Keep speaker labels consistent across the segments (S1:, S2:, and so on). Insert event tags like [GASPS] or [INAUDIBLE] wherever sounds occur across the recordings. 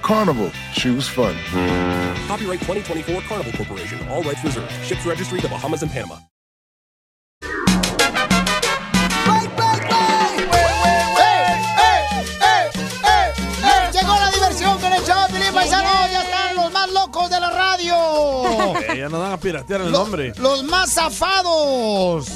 S1: Carnival, choose fun.
S2: Copyright 2024 Carnival Corporation. All rights reserved. Ships registry: The Bahamas and Panama.
S3: Llegó la diversión con el show, Felipe Paisanos. Ya están los más locos de
S4: [LAUGHS]
S3: la [LAUGHS] radio.
S4: Eh, ya no van a piratear el nombre.
S3: Los más zafados.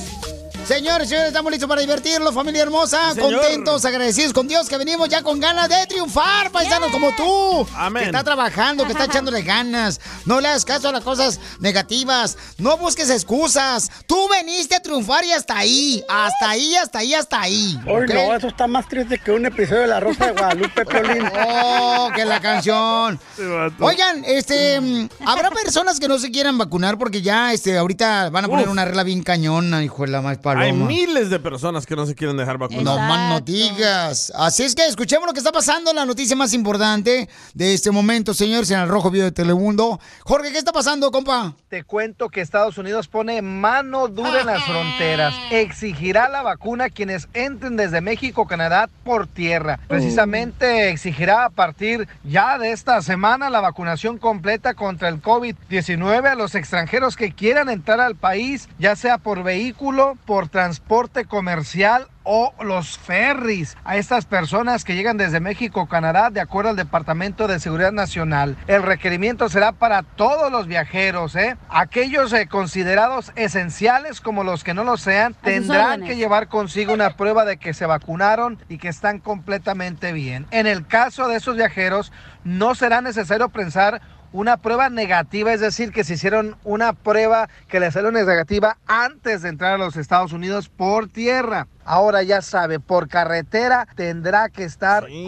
S3: Señores, señores, estamos listos para divertirlos, familia hermosa.
S4: Sí, señor.
S3: contentos, agradecidos con Dios que venimos ya con ganas de triunfar, paisanos como tú.
S4: Amén.
S3: Que está trabajando, que está echándole ganas. No le hagas caso a las cosas negativas. No busques excusas. Tú veniste a triunfar y hasta ahí. Hasta ahí, hasta ahí, hasta ahí.
S5: Hoy
S3: ¿ok?
S5: no, eso está más triste que un episodio de La Rosa
S6: [LAUGHS]
S5: de Guadalupe, Piolín.
S3: Oh, que la canción.
S4: Este vato.
S3: Oigan, este, mm, habrá personas que no se quieran vacunar porque ya, este, ahorita van a poner
S4: Uf.
S3: una regla bien cañona, hijo de la más paloma.
S4: Hay miles de personas que no se quieren dejar vacunar.
S3: No más no
S7: Exacto.
S3: digas. Así es que escuchemos lo que está pasando en la noticia más importante de este momento, señores, en el Rojo Vivo de Telemundo. Jorge, ¿qué está pasando, compa?
S6: Te cuento que Estados Unidos pone mano dura en las fronteras. Exigirá la vacuna a quienes entren desde México, Canadá por tierra.
S5: Mm.
S6: Precisamente exigirá a partir ya de esta semana la vacunación completa contra el COVID-19 a los extranjeros que quieran entrar al país, ya sea por vehículo, por transporte comercial o los ferries a estas personas que llegan desde México, Canadá, de acuerdo al Departamento de Seguridad Nacional. El requerimiento será para todos los viajeros, ¿eh? Aquellos eh, considerados esenciales como los que no lo sean,
S7: sus
S6: tendrán
S7: órdenes.
S6: que llevar consigo una prueba de que se vacunaron y que están completamente bien. En el caso de esos viajeros, no será necesario pensar una prueba negativa, es decir, que se hicieron una prueba que le salió negativa antes de entrar a los Estados Unidos por tierra. Ahora ya sabe, por carretera tendrá que estar
S4: Sí.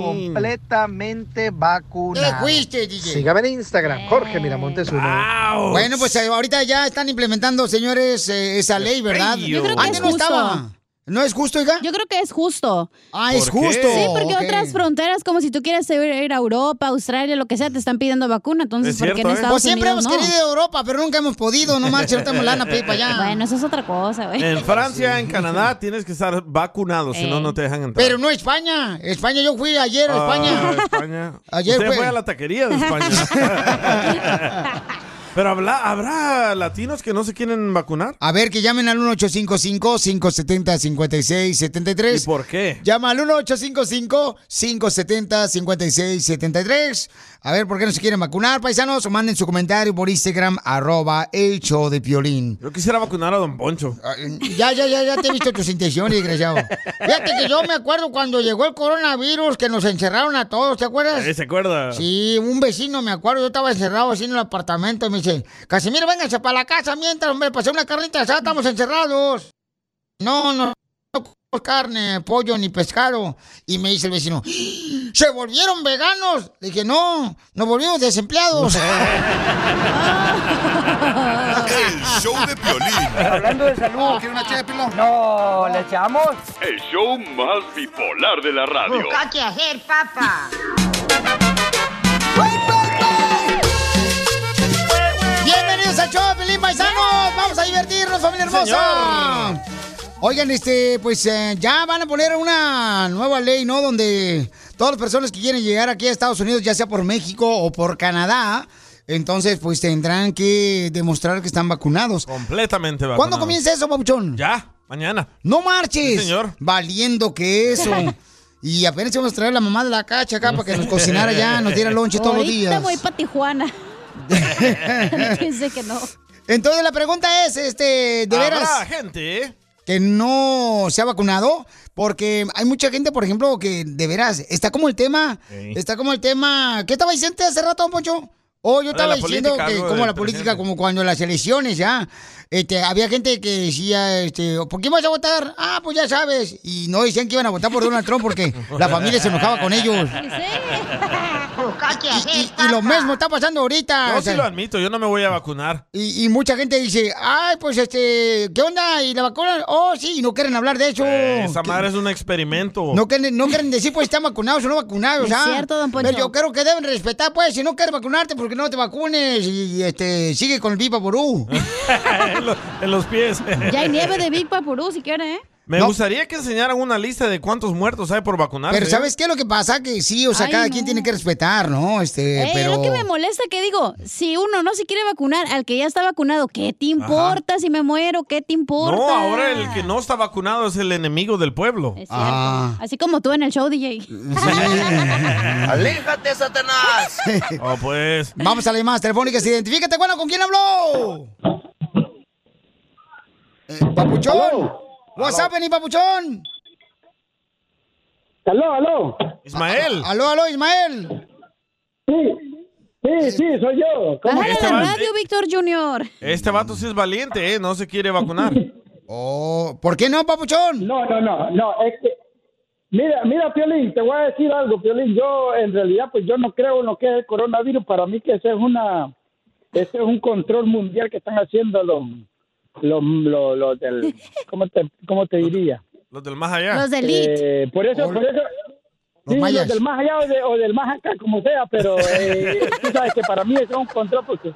S6: completamente
S3: ¿Qué
S6: vacunado.
S3: fuiste, DJ?
S6: Sígame en Instagram, Jorge Miramontes uno.
S4: ¡Au!
S3: Bueno, pues eh, ahorita ya están implementando, señores, eh, esa ley, ¿verdad?
S4: Yo
S7: creo que
S3: Antes
S7: es
S3: no
S7: justo.
S3: estaba. ¿No es justo, hija?
S7: Yo creo que es justo.
S3: Ah, es
S4: ¿Por qué?
S3: justo.
S7: Sí, porque
S3: ok.
S7: otras fronteras, como si tú quieres ir ir a Europa, Australia, lo que sea, te están pidiendo vacuna. Entonces,
S4: Es
S7: ¿por qué
S4: cierto,
S7: en
S4: ¿eh?
S7: Estados
S3: Pues siempre
S7: Unidos
S3: hemos
S7: no?
S3: querido Europa, pero nunca hemos podido. No marches, ahorita hemos lana para ir para allá.
S7: Bueno, eso es otra cosa, güey.
S3: [LAUGHS]
S4: En Francia, en Canadá, tienes que estar vacunado, si no,
S7: Eh.
S4: no te dejan entrar.
S3: Pero no España. España, yo fui ayer a
S4: Ah,
S3: España. [LAUGHS]
S4: España.
S3: Ayer
S4: Usted
S3: fue-
S4: fue a la taquería de
S3: [LAUGHS]
S4: España. Pero habla- habrá latinos que no se quieren vacunar.
S3: A ver, que llamen al
S4: ¿Y
S3: 1855-570-5673.
S4: por qué?
S3: Llama al 1855-570-5673. A ver, ¿por qué no se quieren vacunar, paisanos? O manden su comentario por Instagram, arroba el show de Piolín.
S4: Yo quisiera vacunar a Don Poncho.
S3: Ay, Ya, ya, ya, ya te he visto tus intenciones, desgraciado. Fíjate que yo me acuerdo cuando llegó el coronavirus que nos encerraron a todos, ¿te acuerdas?
S4: Eh, ¿Se acuerda?
S3: Sí, un vecino, me acuerdo, yo estaba encerrado así en el apartamento y me dice, Casimiro, vénganse para la casa mientras, hombre, pasé una carnita asada, estamos encerrados. No, no, no comemos carne, pollo ni pescado. Y me dice el vecino, "¡Ah! ¿se volvieron veganos? Le dije, no, nos volvimos desempleados.
S8: El show de Piolín.
S5: Hablando de salud, ¿quiere una chépilo? No, ¿le echamos?
S8: El show más bipolar de la radio.
S3: ¿Qué hacer, papá? Bienvenidos a show, Pelín Paisanos. Vamos a divertirnos, familia hermosa. Oigan, este, pues eh, ya van a poner una nueva ley, ¿no? Donde todas las personas que quieren llegar aquí a Estados Unidos, ya sea por México o por Canadá, entonces pues tendrán que demostrar que están vacunados.
S4: Completamente vacunado.
S3: ¿Cuándo comienza eso, Papuchón?
S4: Ya, mañana.
S3: No marches.
S4: Sí, señor.
S3: Valiendo
S4: [LAUGHS]
S3: que eso. Y apenas íbamos a traer a la mamá de la cacha acá para que nos cocinara ya, nos diera lonche todos los [LAUGHS]
S7: [LAUGHS] Ahorita
S3: días.
S7: voy para Tijuana. Pensé que no.
S3: Entonces la pregunta es, este, de veras,
S4: Habrá gente ¿eh?
S3: que no se ha vacunado, porque hay mucha gente, por ejemplo, que de veras, está como el tema,
S4: Sí.
S3: está como el tema, ¿qué estaba diciendo hace rato, don Poncho? Oh, yo
S4: Lo de la
S3: estaba diciendo
S4: política,
S3: que
S4: algo
S3: como
S4: del
S3: la política,
S4: presidente.
S3: como cuando las elecciones, ya, este, había gente que decía, este, ¿por qué vas a votar? Ah, pues ya sabes, y no decían que iban a votar por Donald Trump porque la familia se enojaba con ellos. Y lo mismo está pasando ahorita.
S4: Yo
S3: Ah, o sea,
S4: sí lo admito, yo no me voy a vacunar.
S3: y, y mucha gente dice, ay, pues este, ¿qué onda? ¿Y la vacuna? Oh, sí, y no quieren hablar de eso.
S4: Eh, Esa madre es un experimento.
S3: No quieren, no quieren decir, pues, están vacunados o no vacunados,
S4: Es
S3: ¿ah?
S4: cierto, don Poncho.
S3: Pero yo creo que deben respetar, pues, si no quieres vacunarte, porque no te vacunes y, este, sigue con el Viva Ború.
S4: [LAUGHS] en, lo- en los pies.
S7: [LAUGHS] Ya hay nieve de Big Papurú, si quiere, ¿eh?
S4: Me gustaría que enseñaran una lista de cuántos muertos hay por vacunarse. ¿eh?
S3: Pero ¿sabes qué es lo que pasa? Que sí, o sea,
S7: Ay,
S3: cada
S7: no.
S3: quien tiene que respetar, ¿no? Este,
S7: Ey,
S3: pero...
S7: Es lo que me molesta que digo, si uno no se quiere vacunar, al que ya está vacunado, ¿qué te importa si me muero? ¿Qué te importa?
S4: No, ahora el que no está vacunado es el enemigo del pueblo.
S7: Ah. Así como tú en el show, DJ. [LAUGHS]
S4: ¡Aléjate, Satanás! oh, pues.
S3: Vamos a las llamadas telefónicas, identifícate, bueno, ¿con quién habló? Eh, papuchón. WhatsApp, vení, papuchón.
S9: Aló, aló.
S4: Ismael.
S3: aló, aló, Ismael.
S9: Sí, sí, sí, soy yo.
S7: Bájale
S4: Este
S7: la
S4: va-
S7: radio, Víctor Junior.
S4: Este vato sí es valiente, ¿eh? No se quiere vacunar.
S3: Oh, ¿por qué no, papuchón?
S9: No, no, no, no, es que... Mira, mira, Piolín, te voy a decir algo, Piolín. Yo, en realidad, pues yo no creo en lo que es el coronavirus. Para mí que ese es una... Ese es un control mundial que están haciendo los... Los, los,
S3: [LAUGHS]
S9: los del... ¿Cómo te, cómo te diría?
S4: Los del más allá.
S9: Eh, por eso, por eso... Sí, los
S4: mayas.
S9: del más allá o, de- o del más acá, como sea, pero eh, tú sabes que para mí eso es un control porque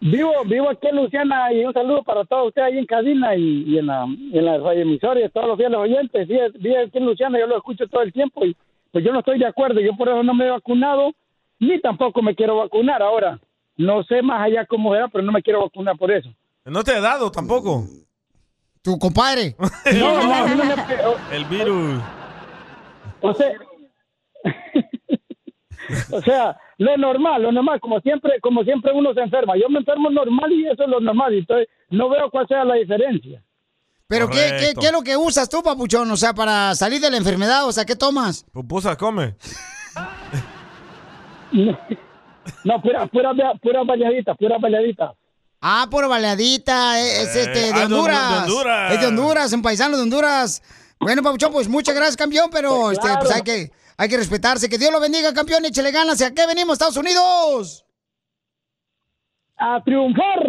S9: vivo, vivo aquí en Luciana y un saludo para todos ustedes ahí en Cadina y, y en la, y en la radioemisora y a todos los fieles oyentes. Sí, vivo aquí en Luciana, yo lo escucho todo el tiempo y pues yo no estoy de acuerdo, yo por eso no me he vacunado ni tampoco me quiero vacunar ahora. No sé más allá cómo será, pero no me quiero vacunar por eso.
S4: No te he dado tampoco.
S3: Tu compadre.
S9: No, no, a mí no me ha pegado.
S4: El virus.
S9: O sea, o sea, lo normal, lo normal, como siempre, como siempre uno se enferma. Yo me enfermo normal y eso es lo normal. Y entonces no veo cuál sea la diferencia.
S3: ¿Pero qué, qué,
S9: Correcto.
S3: qué es lo que usas tú, papuchón? O sea, para salir de la enfermedad, o sea, ¿qué tomas?
S4: Pupusa, come.
S9: No, no pura, pura, pura baleadita, pura baleadita.
S3: Ah, por baleadita, eh, es
S9: Eh,
S3: este, de
S9: ah, de
S3: Honduras.
S9: Hondu- de Honduras.
S3: Es de Honduras, un paisano de Honduras. Bueno, papuchón, pues muchas gracias, campeón, pero
S9: Pues
S3: este,
S9: claro.
S3: pues hay que, hay que respetarse. Que Dios lo bendiga, campeón, échale ganas. ¿Y a qué venimos, Estados Unidos?
S9: A triunfar.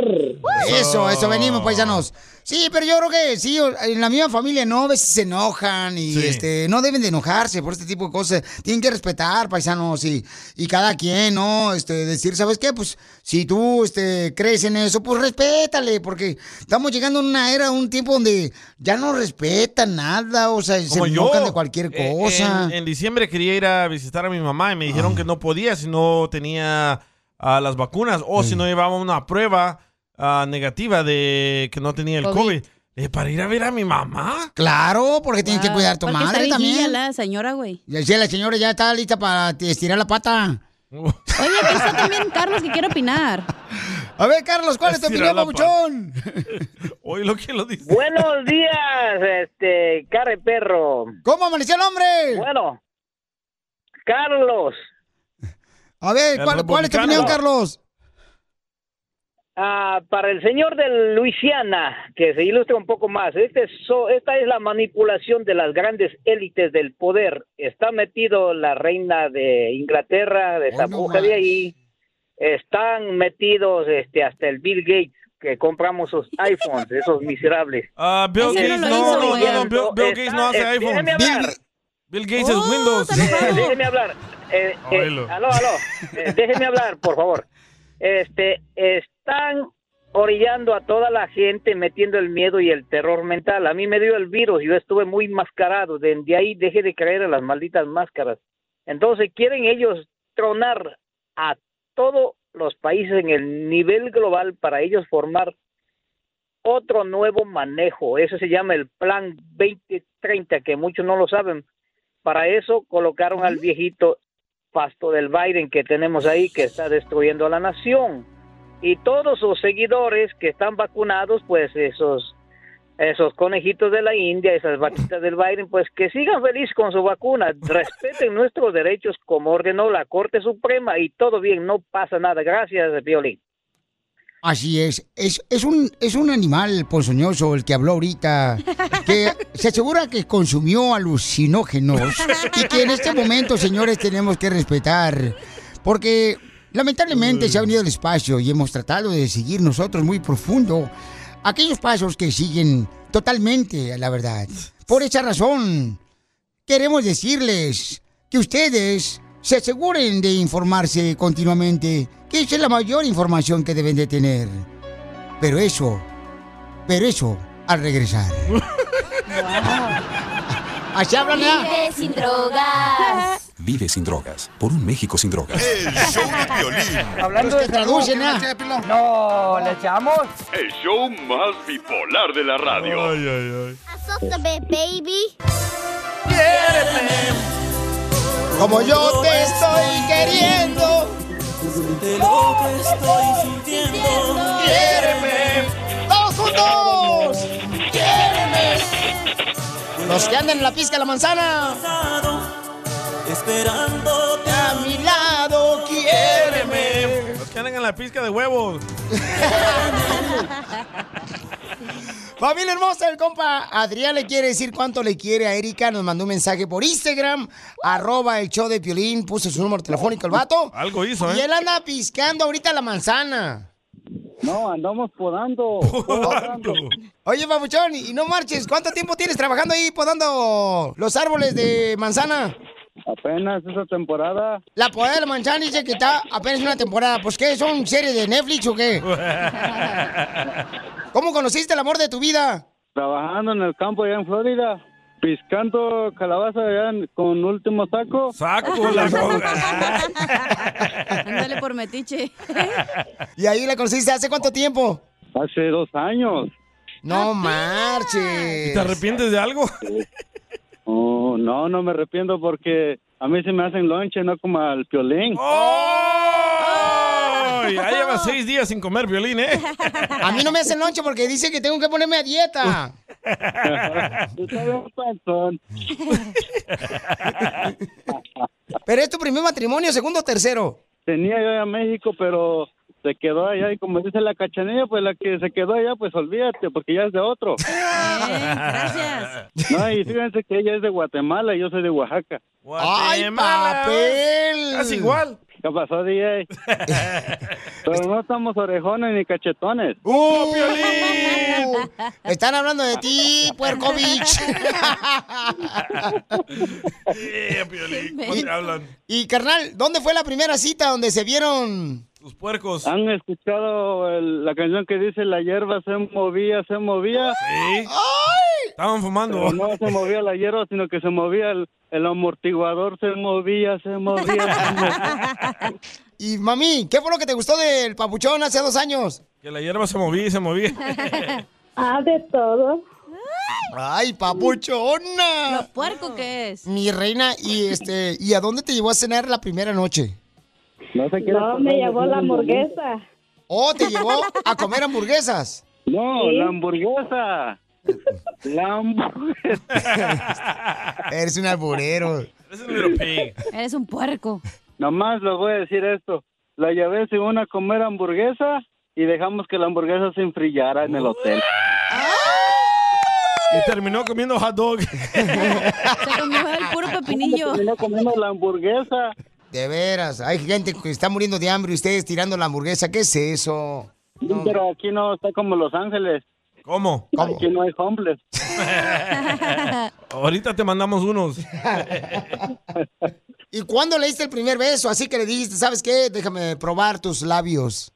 S3: Eso, eso venimos, paisanos. Sí, pero yo creo que sí, o- en la misma familia no, a veces se enojan y este, no deben de enojarse por este tipo de cosas. Tienen que respetar, paisanos, y, y cada quien, ¿no? Este, decir, ¿sabes qué? Pues si tú este, crees en eso, pues respétale, porque estamos llegando a una era, a un tiempo donde ya no respetan nada, o sea, se
S4: Como yo.
S3: enojan de cualquier
S4: Eh,
S3: cosa. Ah.
S4: En, en diciembre quería ir a visitar a mi mamá y me dijeron que no podía si no tenía ah, las vacunas o
S3: Mm.
S4: si no llevaba una prueba ah, negativa de que no tenía el
S7: COVID.
S4: COVID. Eh, para ir a ver a mi mamá.
S3: Claro, porque tienes
S7: Ah,
S3: que cuidar a tu
S7: Porque está
S3: madre
S7: bien guía
S3: también.
S7: la señora, güey.
S3: Y así la señora ya está lista para estirar la pata.
S7: Oye, aquí está también Carlos que quiere opinar.
S3: A ver, Carlos,
S7: ¿cuál es tu Estirar opinión, la
S3: papuchón?
S4: [LAUGHS] Hoy lo que lo dice.
S10: Buenos días, este, carre perro.
S3: ¿Cómo amaneció el hombre?
S10: Bueno, Carlos.
S3: A ver, ¿cuál, cuál es tu opinión, Carlos?
S10: Ah, para el señor de Luisiana, que se ilustra un poco más, este es so- esta es la manipulación de las grandes élites del poder. Está metido la reina de Inglaterra, de esa bruja de ahí. Están metidos este, hasta el Bill Gates, que compramos [LAUGHS] sus iPhones, esos miserables.
S4: Ah, Bill
S10: Ese
S4: Gates
S10: no
S4: no,
S10: lo hizo,
S4: no, no,
S10: güey.
S4: no, Bill, Bill Gates no hace
S10: Está- eh,
S4: iPhone.
S10: déjame hablar.
S4: Bill Gates
S10: Oh,
S4: es Windows.
S10: [LAUGHS] Déjeme hablar. Eh, eh,
S4: Oílo.
S10: aló, aló. Eh, déjeme hablar, por favor. Este, están orillando a toda la gente, metiendo el miedo y el terror mental. A mí me dio el virus, yo estuve muy mascarado. De, de ahí dejé de creer en las malditas máscaras. Entonces quieren ellos tronar a todos los países en el nivel global para ellos formar otro nuevo manejo. Eso se llama el Plan 2030, que muchos no lo saben. Para eso colocaron al viejito pasto del Biden que tenemos ahí, que está destruyendo a la nación. y todos sus seguidores que están vacunados, pues esos esos conejitos de la India, esas vaquitas del Biden, pues que sigan felices con su vacuna, respeten nuestros derechos como ordenó la Corte Suprema y todo bien, no pasa nada. Gracias, Violín.
S3: Así es. Es, es un, es un animal ponzoñoso el que habló ahorita, que se asegura que consumió alucinógenos y que en este momento, señores, tenemos que respetar. Porque lamentablemente se ha venido el espacio y hemos tratado de seguir nosotros muy profundo aquellos pasos que siguen totalmente a la verdad. Por esa razón, queremos decirles que ustedes se aseguren de informarse continuamente, que esa es la mayor información que deben de tener. Pero eso, pero eso, al regresar. Así hablan, ¿verdad?
S5: Vive ¿eh? sin drogas.
S11: Vive sin drogas, por un México sin drogas.
S12: Hablando de traducen,
S5: ¿eh,
S12: No, le echamos.
S8: El show más bipolar de la radio.
S5: Azócame, baby.
S3: Como yo te estoy queriendo.
S5: De lo que estoy sintiendo.
S3: Quiéreme. ¡Todos juntos! ¡Quiéreme! Los que andan en la pizca de la manzana. Esperándote a mi lado, quiéreme.
S4: Los que andan en la pizca de huevos.
S3: Familia hermosa, el compa Adrián le quiere decir cuánto le quiere a Erika. Nos mandó un mensaje por Instagram, arroba el show de Piolín. Puso su número telefónico el vato.
S4: Algo hizo,
S3: Y
S4: ¿eh?
S3: él anda piscando ahorita la manzana.
S13: No, andamos
S4: [LAUGHS]
S13: podando.
S3: Oye, papuchón, y no marches. ¿Cuánto tiempo tienes trabajando ahí podando los árboles de manzana?
S13: Apenas esa temporada.
S3: La podada de la manzana dice que está apenas una temporada. ¿Pues qué? ¿Son series de Netflix o qué? ¿Cómo conociste el amor de tu vida?
S13: Trabajando en el campo allá en Florida. Piscando calabaza allá en- con último saco. [LAUGHS]
S4: Saco
S13: la
S3: [LAUGHS]
S7: Ándale por metiche.
S3: ¿Y ahí la conociste hace cuánto tiempo?
S13: Hace dos años.
S3: No marches.
S4: ¿Te arrepientes de algo?
S13: Oh, no, no me arrepiento porque a mí se me hacen lonche, no como al piolín.
S4: Ay, Oh, ya lleva seis días sin comer violín, ¿eh?
S3: [LAUGHS] A mí no me hacen lonche porque dice que tengo que ponerme
S4: [LAUGHS]
S3: a dieta. [LAUGHS] ¿Pero es tu primer matrimonio, segundo o tercero?
S13: Tenía yo allá en México, pero se quedó allá y como dice la cachanilla, pues la que se quedó allá, pues olvídate, porque ya es de otro.
S5: gracias.
S13: No, y fíjense que ella es de Guatemala y yo soy de Oaxaca.
S4: ¡Ay, papel! Casi igual.
S13: ¿Qué pasó, DJ?
S4: [LAUGHS]
S13: Pero no estamos orejones ni cachetones.
S4: ¡Uh,
S3: Piolín! Uh, Están hablando de ti, puercovich.
S4: ¿Cómo te hablan?
S3: y carnal, ¿dónde fue la primera cita donde se vieron?
S4: [LAUGHS] Tus puercos.
S13: ¿Han escuchado el- la canción que dice la hierba se movía, se movía?
S4: Sí. Estaban fumando.
S13: Pero no se movía la hierba, sino que se movía el, el amortiguador, se movía, se movía. se movía.
S3: Y mami, ¿qué fue lo que te gustó del papuchón hace dos años?
S4: [LAUGHS] Que la hierba se movía y se movía.
S3: [LAUGHS] Ah, de todo. Ay, papuchona.
S7: Lo puerco que es.
S3: Mi reina, y este, ¿y a dónde te llevó a cenar la primera noche?
S13: No, se quiere
S14: No, me
S13: acordar
S14: llevó
S13: de nada,
S14: la
S13: ¿no?
S14: hamburguesa.
S3: Oh, te llevó a comer hamburguesas.
S13: No,
S3: Sí.
S13: la hamburguesa. La hamburguesa.
S3: [LAUGHS] Eres un alburero.
S7: Eres un puerco.
S13: Nomás les voy a decir esto. La llevé sin una a comer hamburguesa y dejamos que la hamburguesa se enfriara en el hotel.
S4: Y terminó comiendo hot dog.
S7: Se comió el puro pepinillo.
S13: comiendo la hamburguesa.
S3: De veras, hay gente que está muriendo de hambre y ustedes tirando la hamburguesa. ¿Qué es
S14: [LAUGHS]
S3: eso?
S13: Sí, Pero aquí [LAUGHS] no está como Los Ángeles.
S4: ¿Cómo?
S13: Aquí no hay homeless.
S4: [LAUGHS] Ahorita te mandamos unos.
S3: ¿Y cuándo le diste el primer beso? Así que le dijiste, ¿sabes qué? Déjame probar tus labios.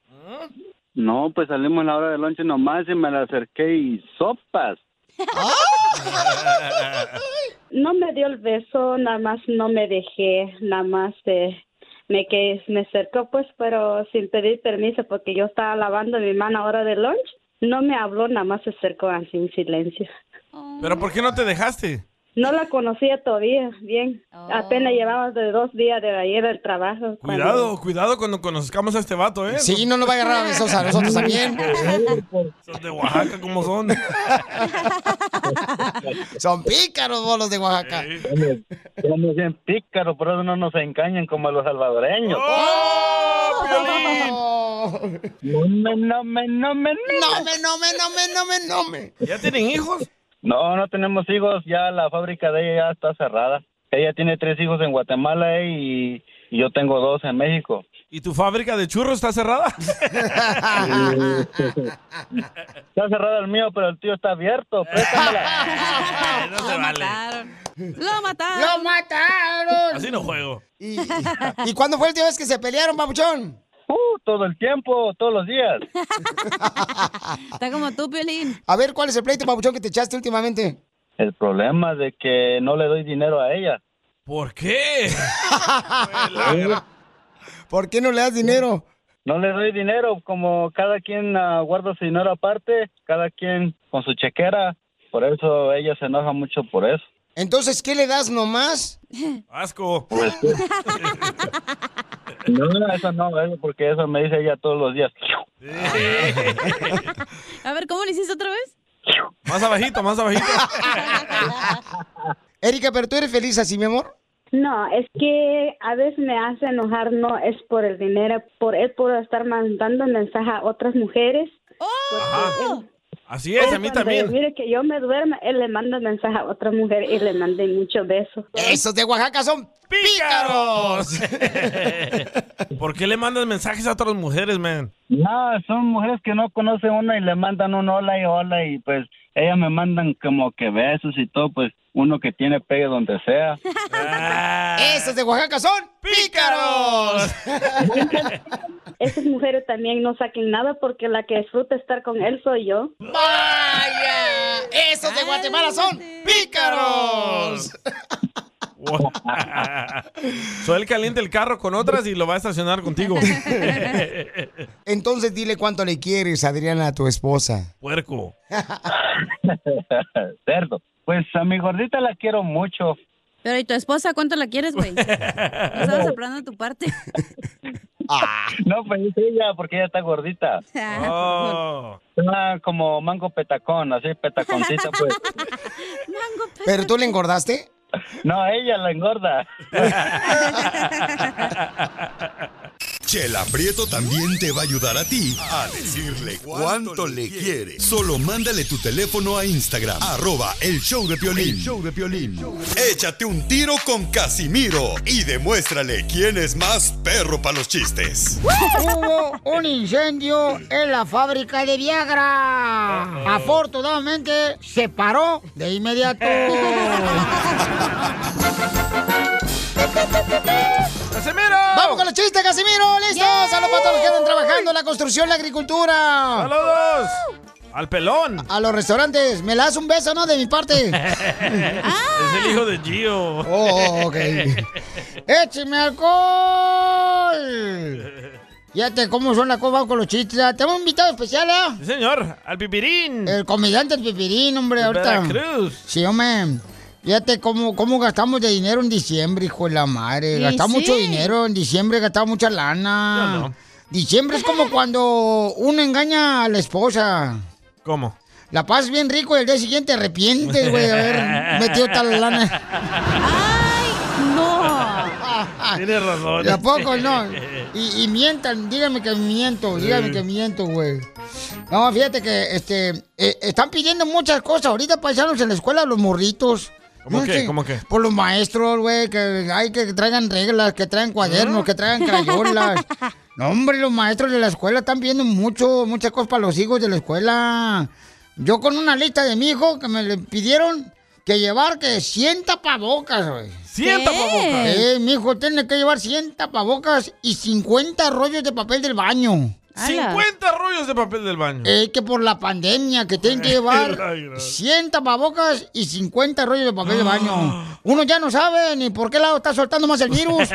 S13: No, pues salimos a la hora del lonche nomás y me la acerqué y sopas.
S4: ¡Ah!
S14: No me dio el beso, nada más no me dejé, nada más eh, me que me acercó pues, pero sin pedir permiso porque yo estaba lavando a mi mano ahora de lunch. No me habló, nada más se acercó así en silencio.
S4: ¿Pero por qué no te dejaste?
S15: No la conocía todavía, bien. Apenas llevamos de dos días de ayer del trabajo. cuando-
S4: Cuidado, cuidado cuando conozcamos a este vato, ¿eh?
S3: Sí, no nos va a agarrar a besos a nosotros también.
S4: [LAUGHS] Son de Oaxaca, como son?
S3: Son pícaros bolos de Oaxaca.
S13: Somos bien pícaros, por eso no nos engañan como a los salvadoreños.
S4: ¡Oh!
S13: No me, no me, no me,
S3: No me, no me, no me, no me, no me.
S4: ¿Ya tienen hijos?
S13: No, no tenemos hijos, ya la fábrica de ella ya está cerrada. Ella tiene tres hijos en Guatemala eh, y, y yo tengo dos en México.
S4: ¿Y tu fábrica de churros está cerrada?
S13: Está cerrado el mío, pero el tío está abierto.
S4: [LAUGHS]
S13: préstamela. Ah,
S4: Lo
S7: mataron. Lo mataron.
S3: ¡Lo mataron!
S4: Así no juego.
S3: ¿Y, [LAUGHS] y cuándo fue la última vez que se pelearon, papuchón?
S13: Uh, todo el tiempo, todos los días.
S3: [LAUGHS]
S7: Está como tú, Piolín.
S3: A ver, ¿cuál es el pleito, papuchón, que te echaste últimamente?
S13: El problema es de que no le doy dinero a ella.
S4: ¿Por qué?
S3: [LAUGHS] ¿Por qué no le das dinero?
S13: No le doy dinero, como cada quien ah, guarda su dinero aparte, cada quien con su chequera. Por eso ella se enoja mucho por eso.
S3: Entonces, ¿qué le das [LAUGHS] nomás?
S4: Asco.
S13: Pues
S4: [LAUGHS]
S13: No, eso no, eso porque eso me dice ella todos los días.
S7: A ver, ¿cómo le hiciste otra vez?
S4: Más abajito, más abajito.
S3: Erika, pero tú eres feliz así, mi amor.
S15: No, es que a veces me hace enojar, no es por el dinero, por él por estar mandando mensaje a otras mujeres.
S3: Pues
S4: Ajá. Así es, a mí
S15: Cuando
S4: también.
S15: Mire que yo me duerma, él le manda mensaje a otra mujer y le manda muchos besos.
S3: Esos de Oaxaca son [LAUGHS]
S4: pícaros. ¿Por qué le mandas mensajes a otras mujeres, man?
S13: No, son mujeres que no conoce uno y le mandan un hola y hola y pues ellas me mandan como que besos y todo, pues uno que tiene pegue donde sea.
S3: Esos de Oaxaca son pícaros.
S15: [LAUGHS] Esas mujeres también no saquen nada porque la que disfruta estar con él soy yo.
S3: ¡Vaya! Esos de Guatemala son pícaros. [LAUGHS]
S4: So él calienta el carro con otras y lo va a estacionar
S3: [LAUGHS]
S4: contigo.
S3: Entonces dile cuánto le quieres, Adriana, a tu esposa.
S4: Puerco.
S13: Cerdo. Pues a mi gordita la quiero mucho.
S7: Pero ¿y tu esposa cuánto la quieres,
S4: [LAUGHS]
S7: güey? No estabas hablando de tu
S3: [LAUGHS]
S7: parte.
S13: [LAUGHS] No, pues es ella, porque ella está gordita. Está como mango petacón, así petaconcita, pues.
S3: ¿Pero [LAUGHS] tú le engordaste?
S13: No, ella
S3: [LAUGHS]
S13: la engorda.
S12: Chela Prieto también te va a ayudar a ti a decirle cuánto le quiere. Solo mándale tu teléfono a Instagram, arroba el show de Piolín.
S16: El
S12: show de Piolín. Échate un tiro con Casimiro y demuéstrale quién es más perro para los chistes.
S3: Hubo un incendio en la fábrica de Viagra. Afortunadamente se paró de inmediato.
S4: ¡Casimiro!
S3: [LAUGHS] ¡Vamos con los chistes, Casimiro! ¡Listos! ¡Saludos para todos los que andan trabajando en la construcción, la agricultura!
S4: ¡Saludos! Al pelón.
S3: A los restaurantes. ¿Me la das un beso, no? De mi parte. [LAUGHS]
S4: Es el hijo de Gio. [LAUGHS]
S3: Oh, ok. ¡Écheme alcohol! Fíjate cómo son las cosas vamos con los chistes. ¿ah? Tenemos un invitado especial, ¿eh?
S4: Sí, señor. Al pipirín.
S3: El comediante del pipirín, hombre,
S4: De
S3: ahorita.
S4: Veracruz.
S3: Sí, hombre. Fíjate cómo, cómo gastamos de dinero en diciembre, hijo de la madre.
S4: Y
S3: Gastamos mucho
S4: sí.
S3: dinero en diciembre, gastamos mucha lana.
S4: Yo no.
S3: Diciembre es como cuando uno engaña a la esposa.
S4: ¿Cómo?
S3: La paz bien rico y el día siguiente arrepientes, güey, de haber
S4: [LAUGHS]
S3: metido tal lana. ¡No!
S4: Tienes
S3: [LAUGHS]
S4: razón.
S3: ¿De a poco no?
S4: [LAUGHS]
S3: Y, y mientan, díganme que miento, díganme que miento, güey. No, fíjate que este eh, están pidiendo muchas cosas ahorita paisanos en la escuela los morritos.
S4: ¿Cómo
S3: No
S4: qué?
S3: sé,
S4: ¿Cómo qué?
S3: Por los maestros, güey, que hay que traigan reglas, que traigan
S4: ¿Ah?
S3: cuadernos, que traigan
S4: [LAUGHS]
S3: crayolas. No, hombre, los maestros de la escuela están pidiendo mucho, muchas cosas para los hijos de la escuela. Yo con una lista de mi hijo que me le pidieron que llevar que 100 tapabocas, güey.
S4: ¿Cien ¿Qué? tapabocas?
S3: Eh, mi hijo tiene que llevar 100 tapabocas y 50 rollos de papel del baño.
S4: 50 rollos de papel del baño.
S3: Eh, que por la pandemia que tienen que
S4: La
S3: llevar
S4: gran.
S3: 100 tapabocas y 50 rollos de papel de baño. Uno ya no sabe ni por qué lado está soltando más el virus.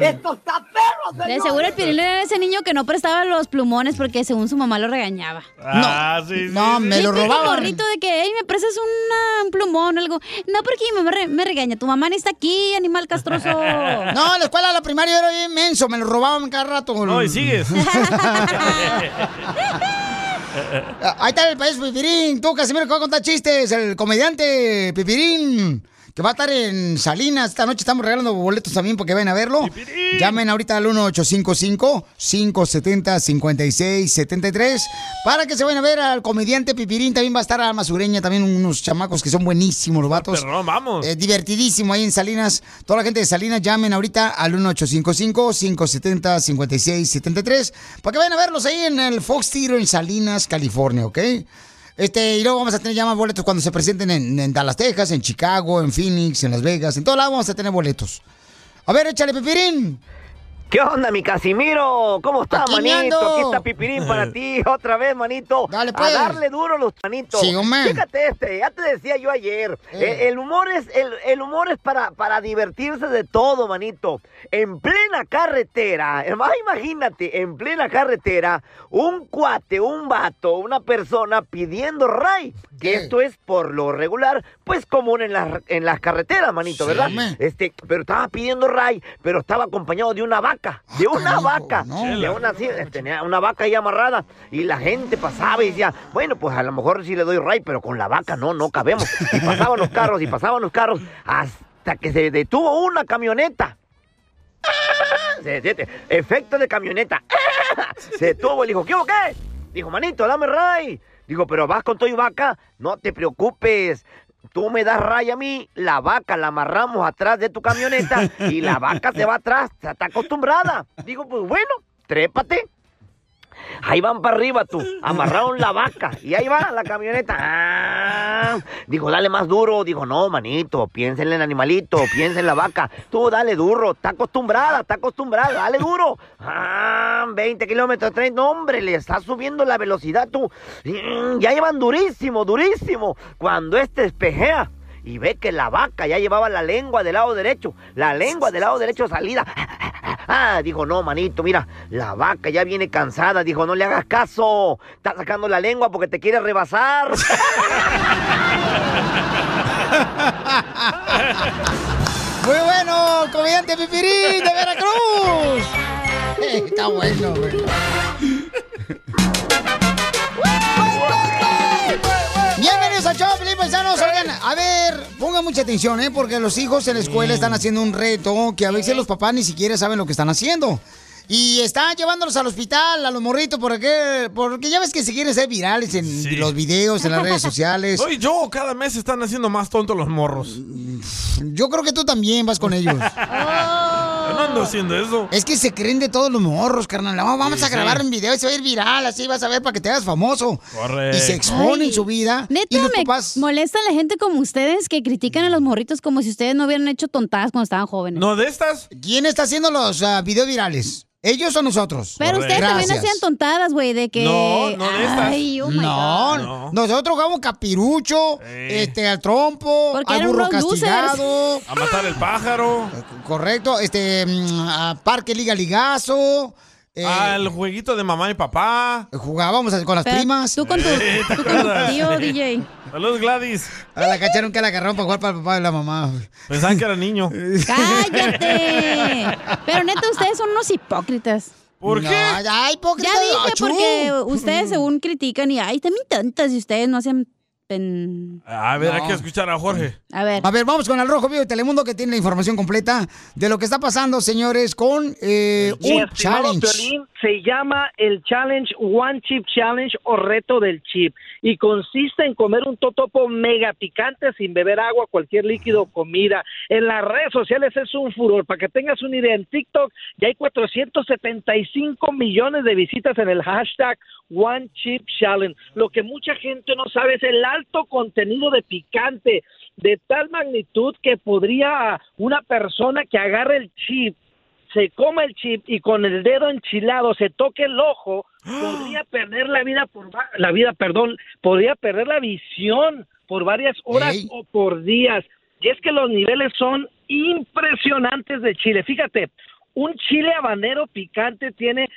S17: ¡Esto está perro,
S7: De seguro el Piolín era ese niño que no prestaba los plumones porque según su mamá lo regañaba.
S4: Ah, sí, sí,
S3: No,
S4: sí.
S3: me lo
S7: Típico
S3: robaban.
S7: morrito de que, hey, me prestas una- un plumón o algo. No, porque mi mamá re- me regaña. Tu mamá no está aquí, animal castroso.
S3: [LAUGHS] No, en la escuela, la primaria era bien menso, me lo robaban cada rato.
S4: No, y
S3: [LAUGHS]
S4: sigues.
S3: Ahí está el país Pipirín. Tú, Casimiro, que va a contar chistes. El comediante Pipirín, que va a estar en Salinas. Esta noche estamos regalando boletos también porque ven a verlo. Llamen ahorita al 1855-570-5673 para que se vayan a ver al comediante Pipirín. También va a estar a Masureña, también unos chamacos que son buenísimos los vatos.
S4: Perdón, vamos.
S3: Eh, divertidísimo ahí en Salinas. Toda la gente de Salinas llamen ahorita al 1855-570-5673 para que vayan a verlos ahí en el Fox Tiro en Salinas, California, ¿ok? Este, y luego vamos a tener ya más boletos cuando se presenten en, en Dallas, Texas, en Chicago, en Phoenix, en Las Vegas, en todo lado vamos a tener boletos. A ver, échale, Pipirín.
S17: ¿Qué onda, mi
S3: [LAUGHS]
S17: Casimiro? ¿Cómo estás,
S3: Aquí
S17: manito?
S3: ando. Eh.
S17: Aquí está Pipirín para ti, otra vez, manito. Dale,
S3: pues.
S17: A darle duro a los manitos.
S3: Sí, hombre.
S17: Fíjate este, ya te decía yo ayer. eh, el humor es, el, el humor es para, para divertirse de todo, manito. En plena carretera, hermano, imagínate, en plena carretera, un cuate, un vato, una persona pidiendo ray. Que esto es por lo regular, pues común en las, en las carreteras, manito,
S18: Sí,
S17: ¿verdad?
S18: hombre.
S17: Este, pero estaba pidiendo ray, pero estaba acompañado de una vaca, de una vaca, de
S18: Chela.
S17: una así, tenía una vaca ahí amarrada y la gente pasaba y decía, bueno, pues a lo mejor sí le doy ray, pero con la vaca no, no cabemos. Y pasaban los carros y pasaban los carros hasta que se detuvo una camioneta. Se- se- se- Efecto de camioneta. Se detuvo y le dijo, ¿qué o qué? Dijo, manito, dame ray. Digo, pero vas con todo y vaca, no te preocupes. Tú me das ray a mí, la vaca la amarramos atrás de tu camioneta y la vaca se va atrás, está está acostumbrada. Digo, pues bueno, trépate. Ahí van para arriba tú, amarraron la vaca y ahí va la camioneta. Ah. Dijo, dale más duro. Dijo, no, manito, piensa en el animalito, piensa en la vaca. Tú dale duro, está acostumbrada, está acostumbrada, dale duro. Ah, 20 kilómetros, 30, no, hombre, le está subiendo la velocidad tú. Mm, Ya llevan durísimo, durísimo. Cuando este espejea. Y ve que la vaca ya llevaba la lengua del lado derecho, la lengua del lado derecho salida. Ah, dijo, no, manito, mira, la vaca ya viene cansada. Dijo, no le hagas caso. Está sacando la lengua porque te quiere rebasar. [LAUGHS]
S3: Muy bueno, comediante Pipirín de Veracruz. [LAUGHS] Eh, Está bueno, güey. Bienvenidos a Choplin, paisanos. Oigan, a ver, pongan mucha atención, ¿eh? Porque los hijos en la escuela están haciendo un reto que a veces los papás ni siquiera saben lo que están haciendo. Y están llevándolos al hospital, a los morritos, porque, porque ya ves que se quieren ser virales en los videos, en las redes sociales.
S4: Soy yo, cada mes están haciendo más tontos los morros.
S3: Yo creo que tú también vas con ellos.
S7: Oh.
S4: Yo no ando haciendo eso.
S3: Es que se creen de todos los morros, carnal. No, vamos
S4: Sí,
S3: a grabar
S4: sí.
S3: un video y se va a ir viral, así vas a ver para que te hagas famoso.
S4: Correcto.
S3: Y se exponen
S7: Ay.
S3: su vida.
S7: Neta,
S3: y los
S7: me
S3: papás.
S7: molesta la gente como ustedes que critican a los morritos como si ustedes no hubieran hecho tontadas cuando estaban jóvenes.
S4: ¿No de estas?
S3: ¿Quién está haciendo los ah, videos virales? ¿Ellos o nosotros?
S7: Pero ustedes también hacían tontadas, güey, de que...
S3: No, no
S4: de estas.
S7: Ay, oh my
S3: no,
S7: God.
S3: no. nosotros jugamos capirucho, este, al trompo,
S7: Porque
S3: al
S7: eran
S3: burro
S7: unos losers.
S3: castigado.
S4: A matar el pájaro.
S3: Correcto, este, mm, a Parque Liga Ligazo. eh,
S4: Al jueguito de mamá y papá.
S3: Jugábamos con las
S4: Pero
S3: primas.
S4: tú con tu- Eh, ¿te tú con tu acuerdas? tío, DJ. Saludos, Gladys.
S3: A la cacharon que la agarraron para jugar para el papá y la mamá.
S4: Pensaban que era niño.
S7: ¡Cállate! Pero neta, ustedes son unos hipócritas.
S4: ¿Por No, qué?
S3: ya, hipócrita,
S7: Ya dije,
S3: achú.
S7: porque ustedes según critican y, ay, también tantas, y ustedes no hacen... pen-
S4: A ver, hay
S3: No.
S4: que escuchar a
S3: [LAUGHS]
S4: Jorge.
S7: A ver.
S3: A ver, vamos con el Rojo Vivo de Telemundo que tiene la información completa de lo que está pasando, señores, con eh,
S18: Mi
S3: un
S18: estimado
S3: challenge.
S18: Piolín, se llama el Challenge One Chip Challenge o Reto del Chip y consiste en comer un totopo mega picante sin beber agua, cualquier líquido o comida. En las redes sociales es un furor. Para que tengas una idea, en TikTok ya hay 475 millones de visitas en el hashtag One Chip Challenge. Lo que mucha gente no sabe es el alto contenido de picante de tal magnitud que podría una persona que agarre el chip se come el chip y con el dedo enchilado se toque el ojo, podría perder la vida por va- la vida, perdón, podría perder la visión por varias horas o por días. Y es que los niveles son impresionantes de Chile. Fíjate, un chile habanero picante tiene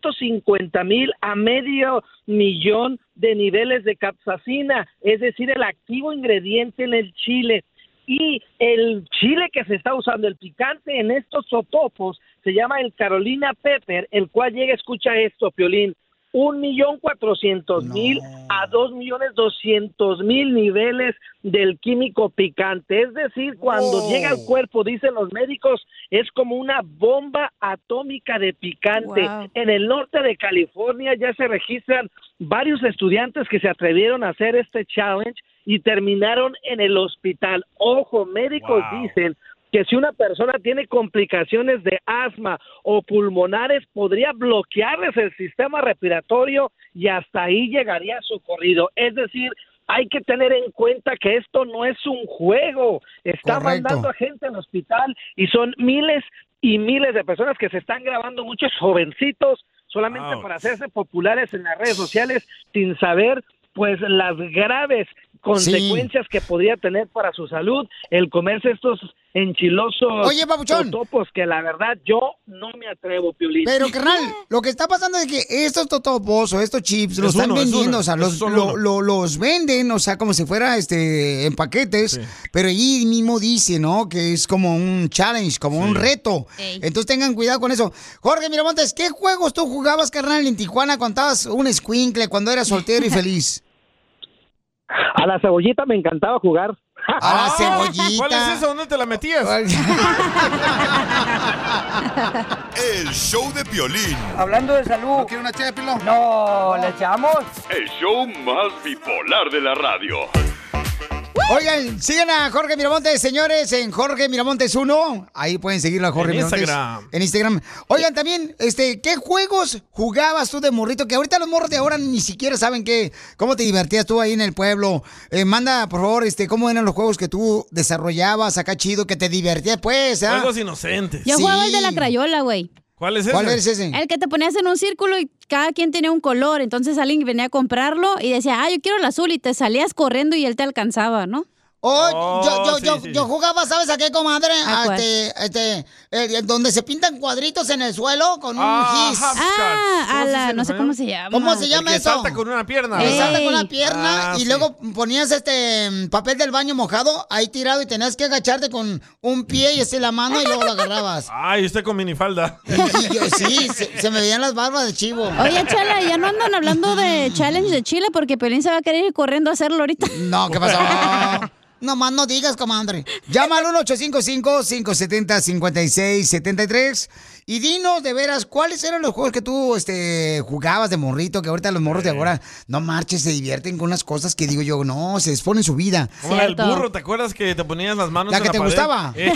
S18: 350 mil a medio millón de niveles de capsacina, es decir, el activo ingrediente en el chile. Y el chile que se está usando, el picante en estos sotopos, se llama el Carolina Pepper, el cual llega, escucha esto, Piolín, un millón cuatrocientos mil a dos millones doscientos mil niveles del químico picante. Es decir, cuando
S19: Oh.
S18: llega al cuerpo, dicen los médicos, es como una bomba atómica de picante.
S19: Wow.
S18: En el norte de California ya se registran varios estudiantes que se atrevieron a hacer este challenge y terminaron en el hospital. Ojo, médicos
S19: Wow.
S18: dicen que si una persona tiene complicaciones de asma o pulmonares, podría bloquearles el sistema respiratorio y hasta ahí llegaría su corrido. Es decir, hay que tener en cuenta que esto no es un juego. Está mandando a gente al hospital y son miles y miles de personas que se están grabando, muchos jovencitos, solamente
S19: Ouch.
S18: para hacerse populares en las redes sociales sin saber pues las graves consecuencias que podría tener para su salud el comerse estos enchilosos
S3: Oye, Papuchón.
S18: totopos que la verdad yo no me atrevo, Piolín.
S3: Pero, carnal, lo que está pasando es que estos totopos o estos chips los
S18: Es
S3: están
S18: uno, es
S3: vendiendo,
S18: uno,
S3: o sea, los,
S18: es solo
S3: lo-
S18: uno.
S3: lo- los venden, o sea, como si fuera este en paquetes, pero allí mismo dice, ¿no? Que es como un challenge, como un reto.
S19: Ey.
S3: Entonces tengan cuidado con eso. Jorge Miramontes, ¿qué juegos tú jugabas, carnal, en Tijuana cuando estabas un escuincle,
S7: [LAUGHS]
S3: cuando eras soltero y feliz?
S9: A la cebollita me encantaba jugar.
S3: A la
S4: Ah, ¿Cuál es esa? ¿Dónde te la
S3: [LAUGHS]
S4: metías?
S12: El show de Piolín.
S6: Hablando de salud. ¿No quiere una ché de pilón? No, ¿le echamos?
S8: El show más bipolar de la radio.
S3: Oigan, sigan a Jorge Miramontes, señores, en Jorge Miramontes 1. Ahí pueden seguirlo a Jorge
S4: En
S3: Miramontes.
S4: Instagram.
S3: En Instagram. Oigan, también, este, ¿qué juegos jugabas tú de morrito? Que ahorita los morros de ahora ni siquiera saben qué, cómo te divertías tú ahí en el pueblo. Eh, manda, por favor, este, cómo eran los juegos que tú desarrollabas acá chido, que te divertías, pues. ¿ah?
S4: Juegos inocentes.
S7: Yo jugaba el de la crayola, güey.
S4: ¿Cuál es ese?
S7: El que te ponías en un círculo y cada quien tenía un color. Entonces alguien venía a comprarlo y decía, ah, yo quiero el azul. Y te salías corriendo y él te alcanzaba, ¿no?
S3: Oh, yo, yo, yo, yo jugaba, ¿sabes a qué, comadre?
S7: ¿A
S3: A
S7: cuál?
S3: este, este, eh, donde se pintan cuadritos en el suelo con un
S4: Ah,
S3: gis.
S4: hopscotch. Ah, ¿Cómo se ala, dice en no sé español? cómo se llama.
S3: ¿Cómo se llama
S4: El que
S3: eso?
S4: salta con una pierna,
S3: Que
S4: ¿verdad?
S3: salta con
S4: Ey.
S3: una pierna
S4: Ah,
S3: y
S4: sí.
S3: luego ponías este mm, papel del baño mojado ahí tirado y tenías que agacharte con un pie y así la mano y luego lo agarrabas.
S4: Ay, usted con minifalda.
S3: [LAUGHS] Y yo, sí, se, se me veían las barbas de chivo.
S7: Oye, Chala, ya no andan hablando de challenge de Chile porque Pelín se va a querer ir corriendo a hacerlo ahorita.
S3: No,
S4: [LAUGHS]
S3: ¿qué pasó? Nomás no digas, comandante. Llama al 1-855-570-5673 y dinos de veras cuáles eran los juegos que tú este, jugabas de morrito, que ahorita los morros de ahora no marches, se divierten con unas cosas que digo yo, no, se exponen su vida.
S4: Como la del burro, ¿te acuerdas que te ponías las manos
S3: La
S4: en
S3: que
S4: la
S3: te
S4: pared?
S3: gustaba.
S4: [LAUGHS] Eh,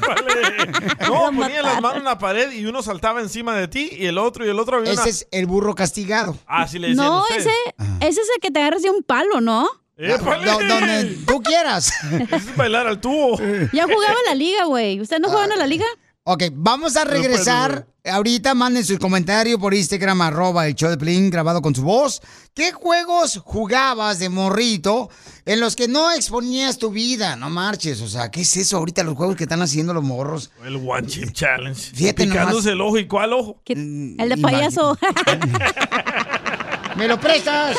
S7: [LAUGHS]
S4: vale. No, ponías las manos en la pared y uno saltaba encima de ti y el otro y el otro. había una-
S3: Ese es el burro castigado.
S4: Ah, sí le decían
S7: No,
S4: ustedes.
S7: ese,
S3: Ah.
S7: ese es el que te agarras de un palo, ¿no?
S4: ¡Épale!
S3: Do- donde tú quieras.
S4: [LAUGHS] Es bailar al tubo.
S7: Ya jugaba la liga, güey. ¿Ustedes
S3: Ah.
S7: no jugaban a la liga?
S3: Ok, vamos a
S7: No puedo,
S3: regresar. Ahorita manden sus comentarios por Instagram, arroba el show de Plin, grabado con su voz. ¿Qué juegos jugabas de morrito en los que no exponías tu vida? No marches, o sea, ¿qué es eso ahorita los juegos que están haciendo los morros?
S4: El One Chip Challenge.
S3: Fíjate nomás. Mm,
S4: Picándose el ojo. ¿Y cuál ojo?
S7: El de payaso. [LAUGHS]
S3: ¿Me lo prestas?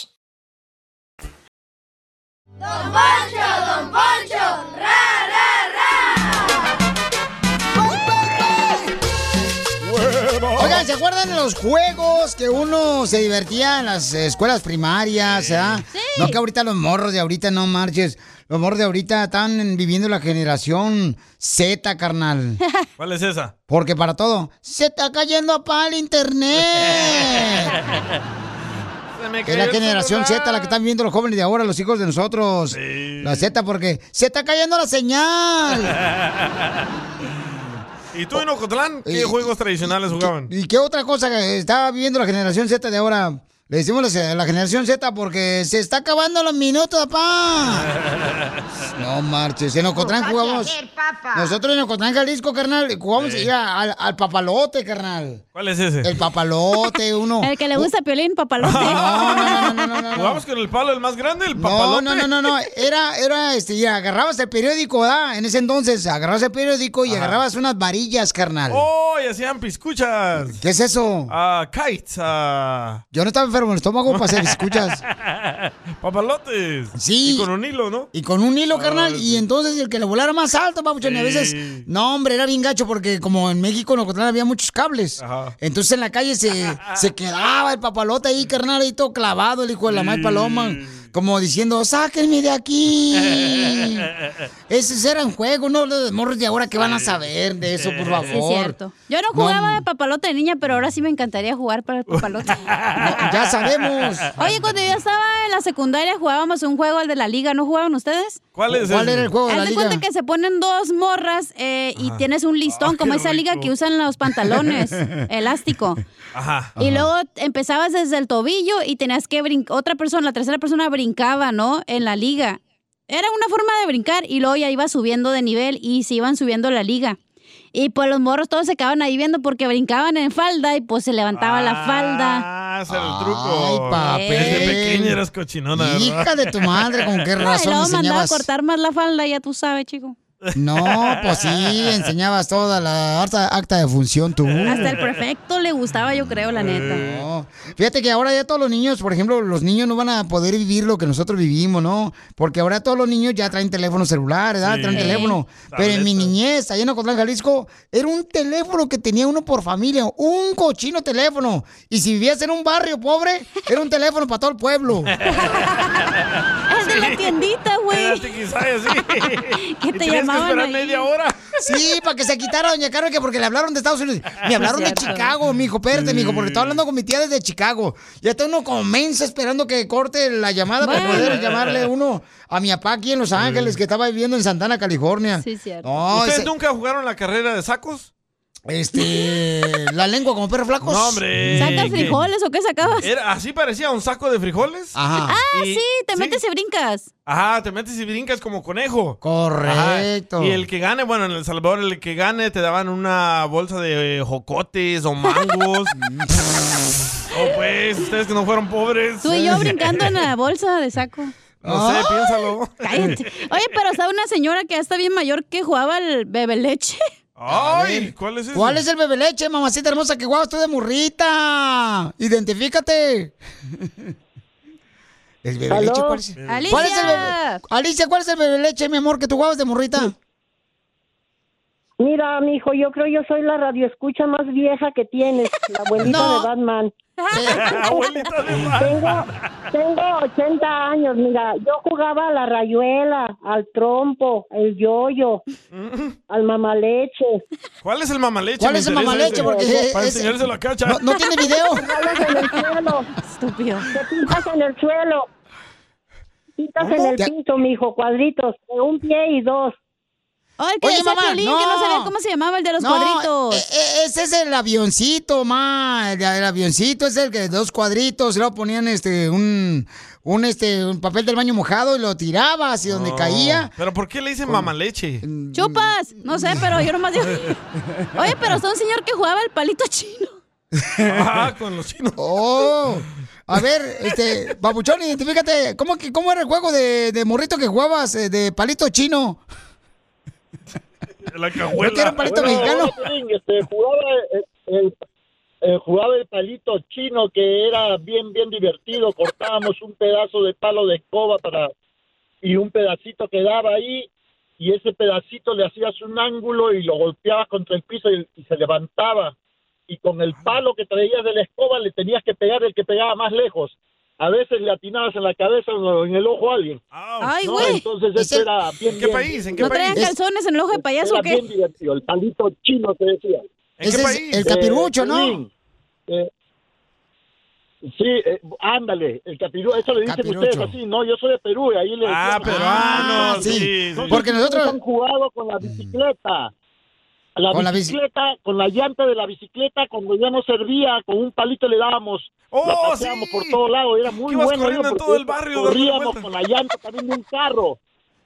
S17: Don Poncho, Don Poncho, ra, ra,
S3: Oigan, ¿se acuerdan de los juegos que uno se divertía en las eh, escuelas primarias? ah? No que ahorita los morros de ahorita no marches. Los morros de ahorita están viviendo la generación Z, carnal.
S4: ¿Cuál es esa?
S3: Porque para todo. Se está cayendo a pal internet. Es la generación Z la que están viendo los jóvenes de ahora, los hijos de nosotros. La Z porque se está cayendo
S4: [LAUGHS]
S3: la señal.
S4: ¿Y tú en Ocotlán qué juegos tradicionales jugaban?
S3: ¿Y Eh, qué otra cosa que está viviendo la generación Z de ahora? Le decimos la, la generación Z porque se está acabando los minutos, papá.
S5: [LAUGHS]
S3: [LAUGHS] No marches, en Ocotlán jugamos. Nosotros en Ocotlán, Jalisco, carnal, jugamos
S4: Sí.
S3: ya al, al papalote, carnal.
S4: ¿Cuál es ese?
S3: El
S7: [LAUGHS]
S3: papalote, uno. Uh.
S7: El que le gusta Piolín, papalote. [LAUGHS]
S4: ¿Jugabas con el palo el más grande, el
S3: No,
S4: papalote?
S3: no, no, no, no. Era, era, este, ya, agarrabas el periódico, ¿ah? En ese entonces, agarrabas el periódico y
S4: Ajá.
S3: agarrabas unas varillas, carnal.
S4: ¡Oh! Y hacían piscuchas.
S3: ¿Qué es eso?
S4: Ah, kites. ah.
S3: Yo no estaba enfermo el estómago para hacer escuchas.
S4: [LAUGHS] Papalotes.
S3: Sí.
S4: Y con un hilo, ¿no?
S3: Y con un hilo,
S7: Ah,
S3: carnal. Y entonces el que le volara más alto, papuchón. Y a veces,
S4: Sí.
S3: no, hombre, era bien gacho porque como en México, en Ocotlán había muchos cables. Entonces en la
S7: [LAUGHS]
S3: calle se, se quedaba el papalote ahí, carnal, ahí todo clavado, el hijo de la mal paloma. Como diciendo, sáquenme
S7: [LAUGHS]
S3: de aquí. Esos eran juegos, no los morros de ahora que van a saber de eso, por favor.
S7: Sí, es cierto. Yo no jugaba de papalote de niña, pero ahora sí me encantaría jugar para
S4: [LAUGHS]
S7: el papalote.
S3: ya sabemos.
S7: [LAUGHS] Oye, cuando yo estaba en la secundaria jugábamos un juego, el de la liga, ¿no jugaban ustedes?
S4: ¿Cuál es ¿Cuál ese? era el juego de
S7: Haz
S4: la liga?
S7: cuenta que se ponen dos morras eh, y tienes un
S4: Ah,
S7: listón, como esa liga que usan los
S4: [LAUGHS]
S7: pantalones, elástico.
S4: Ajá.
S7: Y luego empezabas desde el tobillo y tenías que brincar, otra persona, la tercera persona brincaba, ¿no? En la liga. Era una forma de brincar y luego ya iba subiendo de nivel y se iban subiendo la liga. Y pues los morros todos se quedaban ahí viendo porque brincaban en falda y pues se levantaba la falda.
S4: Ah, ese era el truco.
S7: Ay, papel.
S4: Desde pequeña eras cochinona, ¿verdad?
S3: Hija de tu madre, ¿con
S7: [LAUGHS]
S3: qué
S7: No,
S3: razón
S7: y luego mandaba a
S3: enseñabas?
S7: cortar más la falda, ya tú sabes, chico.
S3: No, pues sí, enseñabas toda la harta acta de función tú.
S7: Hasta el prefecto le gustaba, yo creo, la neta.
S3: No. Fíjate que ahora ya todos los niños, por ejemplo, los niños no van a poder vivir lo que nosotros vivimos, ¿no? Porque ahora todos los niños ya traen teléfono celular, ¿verdad?
S6: Sí.
S3: Traen
S6: Sí.
S3: teléfono. Pero en mi niñez, allá en Ocotlán, Jalisco, era un teléfono que tenía uno por familia, un cochino teléfono. Y si vivías en un barrio pobre, era un teléfono para todo el pueblo.
S7: [LAUGHS] Es de la tiendita, güey.
S3: ¿Qué
S7: te tenías [LAUGHS] que llamaban esperar ahí?
S4: media hora? [LAUGHS]
S3: Sí, para que se quitara doña Carmen, que porque le hablaron de Estados Unidos. Me
S6: Es
S3: hablaron de
S6: cierto.
S3: Chicago, mijo, espérate, mijo, porque estaba hablando con mi tía desde Chicago. Ya está uno comenza esperando que corte la llamada para
S6: Bueno.
S3: poder llamarle uno a mi papá aquí en Los Ángeles, que estaba viviendo en Santana, California.
S7: Sí, cierto.
S3: No,
S4: ¿Ustedes
S3: ese-
S4: nunca jugaron la carrera de sacos? [LAUGHS]
S3: Este, la lengua como perro flaco.
S4: No, hombre.
S7: ¿Sacas
S4: ¿qué?
S7: frijoles o qué sacabas?
S4: Era, así parecía un saco de frijoles.
S3: Ajá.
S7: Ah,
S4: Y-
S7: sí, te metes y brincas.
S4: Ajá, te metes y brincas como conejo.
S3: Correcto.
S4: Ajá. Y el que gane, bueno, en El Salvador, el que gane te daban una bolsa de eh, jocotes o
S3: [LAUGHS]
S4: mangos. [LAUGHS] o pues, ustedes que no fueron pobres.
S7: Tú y yo brincando en la bolsa de saco.
S4: No sé,
S7: Ay,
S4: piénsalo.
S7: [LAUGHS] Cállate. Oye, pero está una señora que ya está bien mayor que jugaba al bebe leche. [LAUGHS]
S4: Ay, ¿cuál es ese?
S3: ¿Cuál es el bebé leche, mamacita hermosa? Que guau, estoy de murrita. Identifícate. El bebé
S6: ¿Aló?
S3: leche, ¿cuál es?
S6: Alicia.
S3: ¿Cuál es el bebé- Alicia, ¿cuál es el bebé leche, mi amor, que tú guabas de murrita?
S19: Mira, mijo, yo creo yo soy la radioescucha más vieja que tienes, la abuelita
S6: No.
S19: de Batman.
S6: Abuelita de Batman.
S19: Tengo, tengo 80 años, mira, yo jugaba a la rayuela, al trompo, el yoyo, al mamaleche.
S4: ¿Cuál es el mamaleche?
S19: ¿Cuál
S4: Me
S19: es el
S4: interesa
S19: mamaleche?
S4: ese. Eh,
S19: Porque
S4: Para
S19: es-
S4: enseñarse la cacha.
S19: [LAUGHS] Regalos en el suelo.
S7: Estúpido.
S19: Te pintas en el suelo. Pintas en el
S3: Te-
S19: piso, mijo, cuadritos, de un pie y dos.
S7: Oh, el que
S3: Oye,
S7: decía
S3: mamá,
S7: Piolín,
S3: no.
S7: que no sabía cómo se llamaba el de los
S3: No,
S7: cuadritos.
S3: e- e- ese es el avioncito, ma. El, el avioncito es el que dos cuadritos, y luego ponían este un, un este un papel del baño mojado y lo tirabas y donde
S4: No.
S3: caía.
S4: ¿Pero por qué le dicen mamaleche? [LAUGHS]
S7: Chupas, no sé, pero yo nomás digo. Oye, pero está un señor que jugaba el palito chino.
S4: Ah, con los chinos.
S3: Oh. A ver, este, Babuchón, identifícate, ¿cómo, que, ¿cómo era el juego de, de morrito que jugabas eh, de palito chino?
S4: La
S3: ¿No que era un palito mexicano?
S20: hola, Piolín, este, jugaba, el, el- eh, jugaba el palito chino que era bien, bien divertido. Cortábamos un pedazo de palo de escoba para, y un pedacito quedaba ahí. Y ese pedacito le hacías un ángulo y lo golpeabas contra el piso y, y se levantaba. Y con el palo que traías de la escoba le tenías que pegar el que pegaba más lejos. A veces le atinabas en la cabeza o en el ojo a alguien.
S7: Ay, güey.
S20: Entonces eso era bien, bien-
S7: ¿No traían calzones en el ojo de payaso o
S20: era bien
S7: qué?
S20: divertido, el palito chino te decía.
S7: ¿En Ese qué es país? el capirucho, ¿no?
S20: Piolín, eh, sí, eh, ándale, el capirucho, eso le dicen
S3: Capirucho.
S20: ustedes así, no, yo soy de Perú, y ahí le Ah,
S3: peruano, sí, sí, sí. Porque nosotros-
S20: han jugado con la bicicleta. La
S3: Con la bici-
S20: bicicleta, con la llanta de la bicicleta, cuando ya no servía, con un palito le dábamos, la
S4: ¡Oh,
S20: paseábamos
S4: sí!
S20: por todos lados, era muy
S4: Que ibas
S20: bueno. oiga,
S4: corriendo en
S20: porque
S4: todo el barrio dando
S20: Corríamos
S4: vueltas.
S20: con la llanta también de un carro.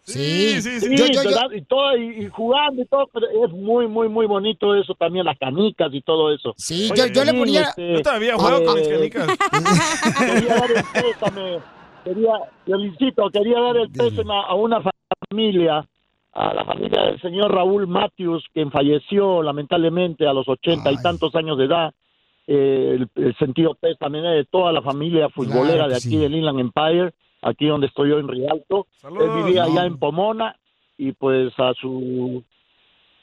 S3: Sí,
S20: sí,
S3: Yo- yo- yo-
S20: ¿verdad? Y, todo, y, y jugando y todo, pero es muy, muy, muy bonito eso también, las canicas y todo eso.
S3: Sí,
S20: Oye,
S3: yo, yo le
S20: sí,
S3: ponía...
S20: este, eh, [LAUGHS] Quería dar el pésame, quería, Violincito, quería dar el pésame a una familia, a la familia del señor Raúl Matthews, quien falleció lamentablemente a los ochenta y tantos años de edad. Eh, el, el sentido pésame de toda la familia
S5: Claro
S20: futbolera
S5: que
S20: de aquí
S5: sí.
S20: del Inland Empire, aquí donde estoy yo en Rialto.
S5: Saludos.
S20: Él vivía allá
S5: No.
S20: en Pomona y pues a su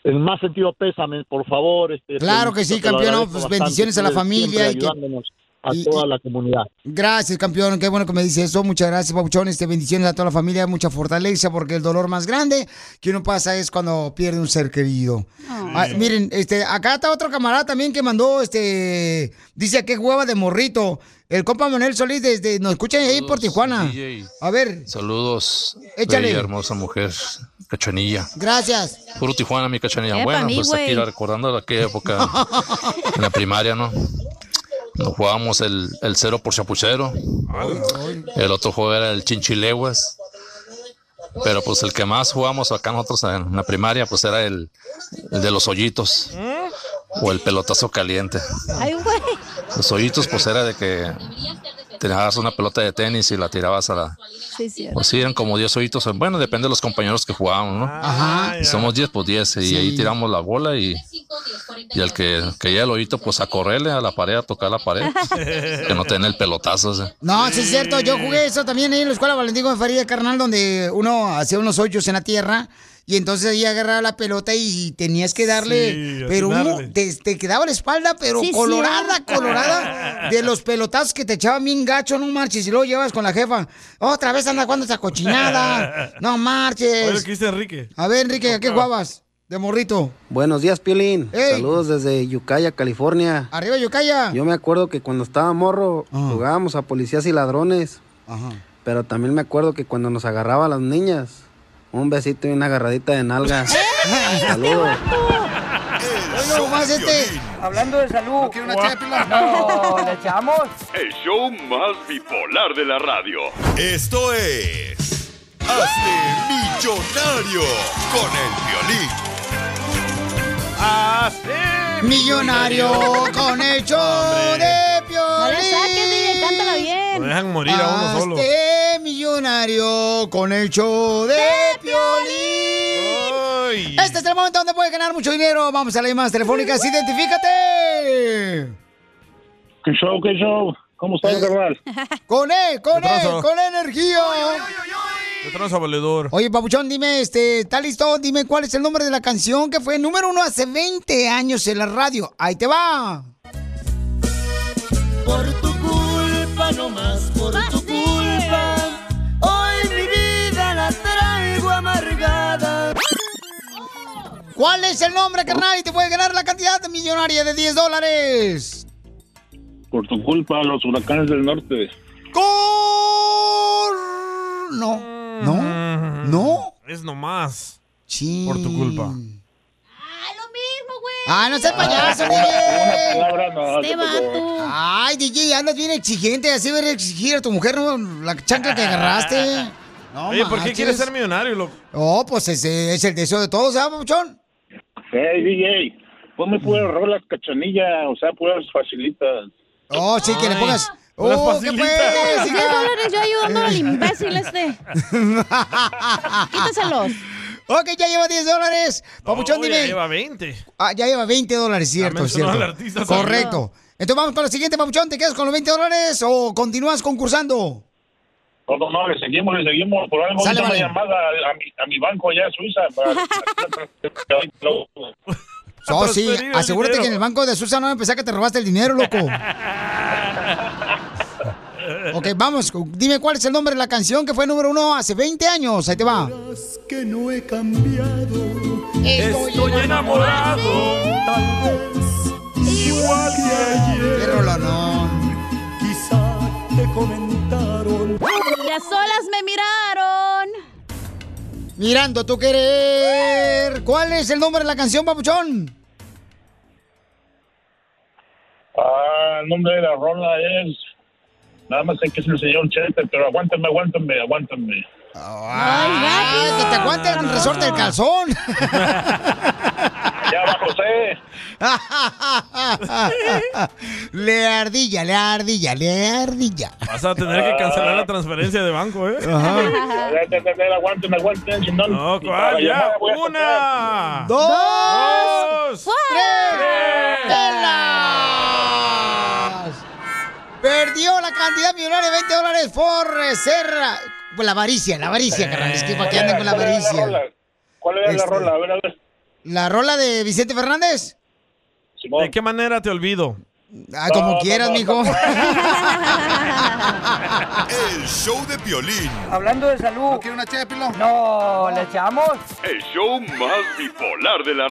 S20: el más sentido pésame, por favor. este,
S3: Claro que
S20: te
S3: sí,
S20: lo
S3: campeón, no,
S20: agradezco
S3: pues,
S20: bastante,
S3: bendiciones a la
S20: ustedes siempre
S3: familia y que-
S20: ayudándonos a
S3: y-
S20: toda
S3: y-
S20: la comunidad.
S3: Gracias, campeón. Qué bueno que me dice eso. Muchas gracias, Pabuchón. Este, bendiciones a toda la familia, mucha fortaleza, porque el dolor más grande que uno pasa es cuando pierde un ser querido. Ah, miren, este, acá está otro camarada también que mandó, este, dice a qué jugaba de morrito. El compa Manuel Solís desde, nos escuchan ahí por Tijuana.
S21: DJ.
S3: A ver,
S21: Saludos,
S3: Ah, Échale.
S21: bella, hermosa mujer, cachanilla.
S3: gracias.
S21: Puro Tijuana, mi cachanilla.
S3: Epa,
S21: bueno,
S3: mi
S21: pues
S3: güey.
S21: aquí la- recordando aquella época en la primaria, ¿no? Nos jugábamos el, el cero por chapuchero. El otro juego era el chinchileguas. Pero pues el que más jugábamos acá nosotros en la primaria, pues era el, el de los hoyitos o el pelotazo caliente.
S7: Ay, güey.
S21: Los hoyitos, pues era de que tirabas una pelota de tenis y la tirabas a la,
S7: Sí, sí.
S21: pues sí, eran como 10 hoyitos. Bueno, depende de los compañeros que jugábamos, ¿no?
S3: Ajá.
S21: Si Somos 10, pues 10. Y ahí tiramos la bola y, y el que, que ya el hoyito, pues a correrle a la pared, a tocar la [LAUGHS] pared. que no tenga el pelotazo. o sea.
S3: No, sí es cierto, yo jugué eso también ahí en la escuela Valentín Gómez Faría, carnal, donde uno hacía unos hoyos en la tierra y entonces ahí agarraba la pelota y tenías que darle,
S5: Sí,
S3: pero uno
S5: atinarle.
S3: te, te quedaba la espalda, pero
S5: Sí,
S3: colorada,
S5: cierto.
S3: colorada, [LAUGHS] de los pelotazos que te echaban bien gacho, no marches, y luego llevas con la jefa, otra vez anda jugando esa cochinada, no
S4: Oye, lo
S3: marches.
S4: que dice Enrique.
S3: A ver, Enrique, ¿a qué jugabas? De morrito.
S22: Buenos días, Piolín.
S3: Ey.
S22: Saludos desde Yucaya, California.
S3: Arriba, Yucaya. Ah.
S22: Yo me acuerdo que cuando estaba morro jugábamos a policías y ladrones. Pero también me acuerdo que cuando nos agarraba a las niñas, un besito y una agarradita de
S3: [LAUGHS]
S22: nalga. Saludos.
S3: nomás este.
S6: Hablando de salud. ¿No
S22: quiere
S8: una
S6: No, ¿le echamos?
S8: El show más bipolar de la radio.
S12: Esto es. Hazte millonario con el violín.
S3: Millonario con el show de Piolín. cántala bien.
S4: Lo dejan morir a
S3: Ah,
S4: uno solo.
S3: Hazte millonario con el show de, Piolín. Este es el momento donde puedes ganar mucho dinero. Vamos a las llamadas telefónicas. ¡Identifícate! Eh,
S5: ¿Qué show, qué show? ¿Cómo estás, carnal?
S3: Con él, con
S4: ¿Qué
S3: él,
S4: pasó?
S3: con energía.
S4: Yo tranza, valedor.
S3: Oye, Papuchón, dime, este, ¿está listo? Dime cuál es el nombre de la canción que fue número uno hace 20 años en la radio. Ahí te va.
S5: Por tu culpa, no más
S6: Ah,
S5: por tu culpa. Hoy mi vida la traigo amargada.
S3: ¿Cuál es el nombre, carnal? Y te puedes ganar la cantidad millonaria de 10 dólares.
S5: Por tu culpa, los huracanes del norte.
S3: Cor... No. ¿No? ¿No?
S4: Es nomás. Por tu culpa.
S3: Ah, no seas payaso, DJ.
S7: Este vato.
S3: Ay, DJ, andas bien exigente. Así ver exigir a tu mujer, ¿no? La chancla que agarraste. No
S4: Oye, ¿por qué
S3: manches.
S4: quieres ser millonario, loco?
S3: Oh, pues ese es el deseo de todos, ¿sabes, Papuchón?
S23: Hey, DJ, ponme
S3: Mm.
S23: puras rolas cachanilla, o sea, puras facilitas.
S3: Oh, sí, que le pongas.
S23: unas
S3: Oh, ¿qué
S23: facilitas.
S3: pues,
S7: 10
S3: hija?
S7: dólares yo ayudando
S3: Eh.
S7: al imbécil
S3: [LAUGHS]
S7: este. Quítaselos.
S3: Ok, ya lleva 10 dólares. Papuchón,
S4: Oh, ya
S3: dime.
S4: lleva 20.
S3: Ah, ya lleva 20 dólares, cierto,
S4: mencionó
S3: cierto.
S4: al artista, ¿sabes?
S3: Correcto. Entonces vamos con la siguiente, Papuchón. ¿Te quedas con los 20 dólares o continúas concursando?
S23: No, no, no, le seguimos, le seguimos. Por algo
S3: Sale,
S23: hice una
S3: vale.
S23: llamada a, a mi, a mi banco allá en Suiza.
S3: [LAUGHS]
S23: Para...
S3: Oh, sí,
S23: transferir Ah, el
S3: asegúrate
S23: dinero.
S3: que en el banco de Susa no va a empezar que te robaste el dinero, loco. ok, vamos, dime cuál es el nombre de la canción que fue número uno hace 20 años. Ahí te va.
S5: Que no he cambiado.
S3: Estoy enamorado.
S5: Tal vez igual que ayer. Quizá te comentaron.
S7: Y a solas me miraron.
S3: Mirando tu querer. ¿Cuál es el nombre de la canción, papuchón?
S23: Ah, el nombre de la rola es... Nada más sé que es el señor Chester, pero aguántame, aguántame, aguántame.
S3: Ay, que te aguante el resorte del calzón.
S23: Ya va José.
S3: [LAUGHS] le ardilla, le ardilla, le ardilla.
S4: Vas a tener que cancelar la transferencia de banco, ¿eh?
S3: Ajá.
S23: Aguántame, aguántame, si no...
S4: [LAUGHS] No,
S23: ni
S4: ¿cuál?
S23: para
S4: Ya,
S23: llamada voy a
S4: Una.
S3: Dos.
S4: Dos.
S3: Tres. ¡Pelas! Perdió la cantidad millonaria de 20 dólares por eh, ser... ah, pues, la avaricia, la avaricia, carnal.
S4: Eh,
S3: Es que para qué andan con la
S23: ¿Cuál era la
S3: avaricia.
S23: rola? ¿Cuál era
S3: Este.
S23: la rola? A ver, a ver.
S3: ¿La rola de Vicente Fernández?
S4: ¿De qué manera te olvido?
S3: Ah, como quieras, mijo.
S23: [LAUGHS]
S3: [LAUGHS]
S12: El show de Piolín.
S6: Hablando de salud. ¿Quiere una No, ¿le echamos?
S8: El show más bipolar de la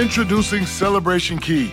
S1: Introducing Celebration Key,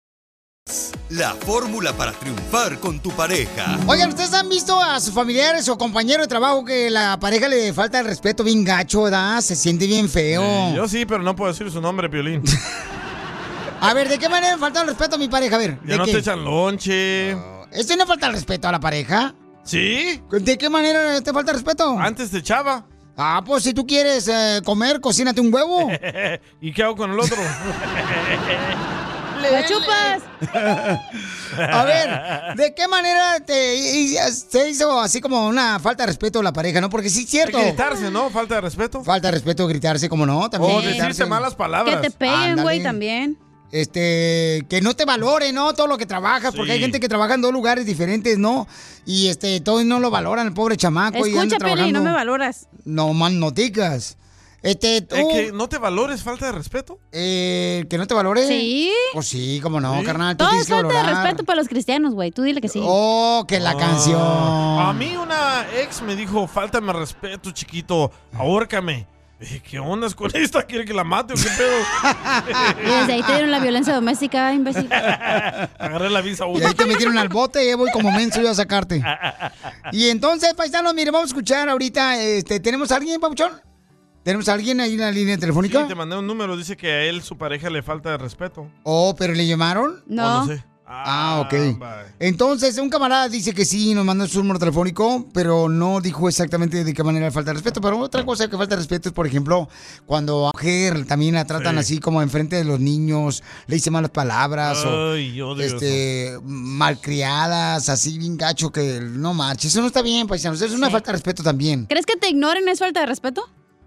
S12: La fórmula para triunfar con tu pareja.
S3: Oigan, ¿ustedes han visto a sus familiares o compañeros de trabajo que la pareja le falta el respeto bien gacho, ¿verdad? Se siente bien feo.
S4: Eh, yo sí, pero no puedo decir su nombre,
S3: [LAUGHS]
S4: Piolín. [LAUGHS]
S3: A ver, ¿de qué manera le falta el respeto a mi pareja? A ver,
S4: Ya
S3: ¿de
S4: no
S3: qué?
S4: te echan lonche.
S3: ¿Esto no falta el respeto a la pareja?
S4: ¿Sí?
S3: ¿De qué manera te falta el respeto?
S4: Antes te echaba.
S3: Ah, pues si tú quieres eh, comer, cocínate
S4: [LAUGHS]
S3: un huevo.
S4: ¿Y qué hago con el [LAUGHS] otro?
S7: ¿La chupas?
S4: [LAUGHS]
S3: A ver, ¿de qué manera te hi- hi- se hizo así como una falta de respeto a la pareja, no? Porque sí es cierto.
S4: Hay que gritarse, ¿no? Falta de respeto.
S3: Falta de respeto gritarse, como no, también.
S4: O decirte
S3: gritarse.
S4: malas palabras. Que te peguen,
S3: Ándale.
S4: güey,
S7: también.
S3: Este, que no te valore, ¿no? Todo lo que trabajas, porque
S7: Sí.
S3: hay gente que trabaja en dos lugares diferentes, ¿no? Y este, todos no lo valoran, el pobre chamaco. y anda
S7: Escucha, Peli,
S3: trabajando.
S7: no me valoras.
S3: No, man, no digas. Este, tú.
S4: ¿El que no te valores, falta de respeto?
S3: eh, que no te valore.
S7: Sí.
S3: Pues sí, como no,
S7: Sí.
S3: carnal. Tú
S7: Todo
S3: tienes
S7: es
S3: que
S7: falta de
S3: valorar.
S7: respeto para los cristianos, güey. Tú dile que sí.
S3: Oh, que
S7: Ah.
S3: la canción.
S4: A mí una ex me dijo, faltame respeto, chiquito, ahórcame. Dije, ¿qué onda es con esta? ¿Quiere que la mate o qué
S3: [LAUGHS]
S7: Y [LAUGHS] desde ahí te
S4: pedo?
S7: dieron la violencia doméstica, imbécil.
S4: Agarré la visa
S3: Y
S4: uno.
S3: ahí te metieron al bote y ahí voy como menso yo a sacarte. Y entonces, paisanos, mire, vamos a escuchar ahorita. Este, ¿Tenemos a alguien, Papuchón? ¿Tenemos a alguien ahí en la línea telefónica?
S4: Sí, te mandé un número, dice que a él, su pareja, le falta de respeto.
S3: Oh, pero le llamaron.
S4: No. O no sé.
S3: Ah, ok. Entonces, un camarada dice que sí, nos mandó su número telefónico, pero no dijo exactamente de qué manera le falta el respeto. Pero otra cosa que falta el respeto es, por ejemplo, cuando a mujer también la tratan
S4: Sí.
S3: así como enfrente de los niños, le dicen malas palabras
S4: Ay, yo
S3: o
S4: odio
S3: este, malcriadas, así bien gacho que no marches. Eso no está bien, paisanos. Eso es una falta de respeto también.
S7: ¿Crees que te ignoren es falta de respeto?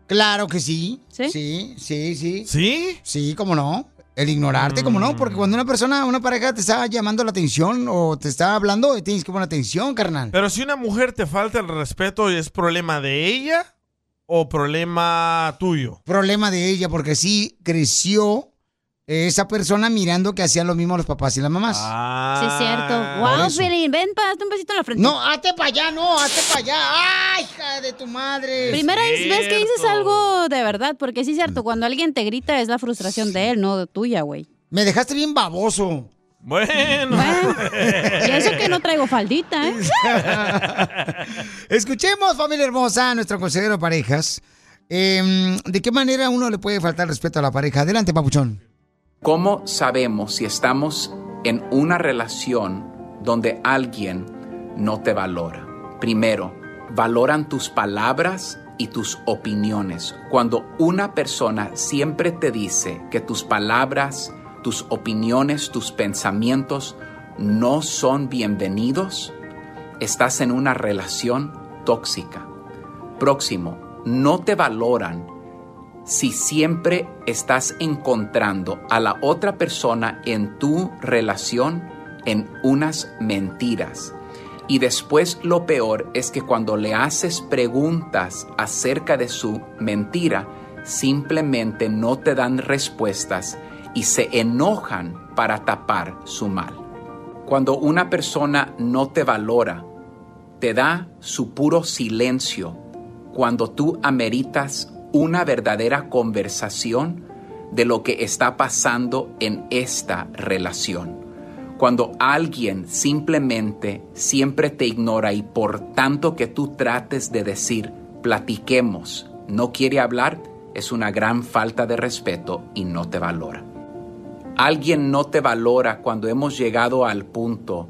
S3: Claro que sí. ¿Sí? Sí, sí, sí. ¿Sí? cómo no. El ignorarte, cómo no. Porque cuando una persona, una pareja te está llamando la atención o te está hablando, tienes que poner atención, carnal.
S4: Pero si una mujer te falta el respeto, ¿es problema de ella o problema tuyo?
S3: Problema de ella, porque sí creció eh, esa persona mirando que hacían lo mismo los papás y las mamás.
S7: Sí, es cierto. Wow, Piolín, ven, pa, hazte un besito en la frente.
S3: Ah, No, hazte para allá, no, hazte para allá. ¡Ay, hija de tu madre!
S7: Pues,
S3: Mm.
S7: Primera vez ves que dices algo de verdad, porque sí es cierto, cuando alguien te grita es la frustración de él, no tuya, güey.
S3: Me dejaste bien baboso.
S4: Bueno.
S7: [LAUGHS] Y eso que no traigo faldita,
S3: [LAUGHS]
S7: ¿eh?
S3: Escuchemos, familia hermosa, a nuestro consejero de parejas. Em, ¿De qué manera uno le puede faltar respeto a la pareja? Adelante, papuchón.
S24: ¿Cómo sabemos si estamos en una relación donde alguien no te valora? Primero, valoran tus palabras y tus opiniones. Cuando una persona siempre te dice que tus palabras, tus opiniones, tus pensamientos no son bienvenidos, estás en una relación tóxica. Próximo, no te valoran si siempre estás encontrando a la otra persona en tu relación en unas mentiras. Y después lo peor es que cuando le haces preguntas acerca de su mentira, simplemente no te dan respuestas y se enojan para tapar su mal. Cuando una persona no te valora, te da su puro silencio cuando tú ameritas una verdadera conversación de lo que está pasando en esta relación. Cuando alguien simplemente siempre te ignora y por tanto que tú trates de decir platiquemos, no quiere hablar, es una gran falta de respeto y no te valora. Alguien no te valora cuando hemos llegado al punto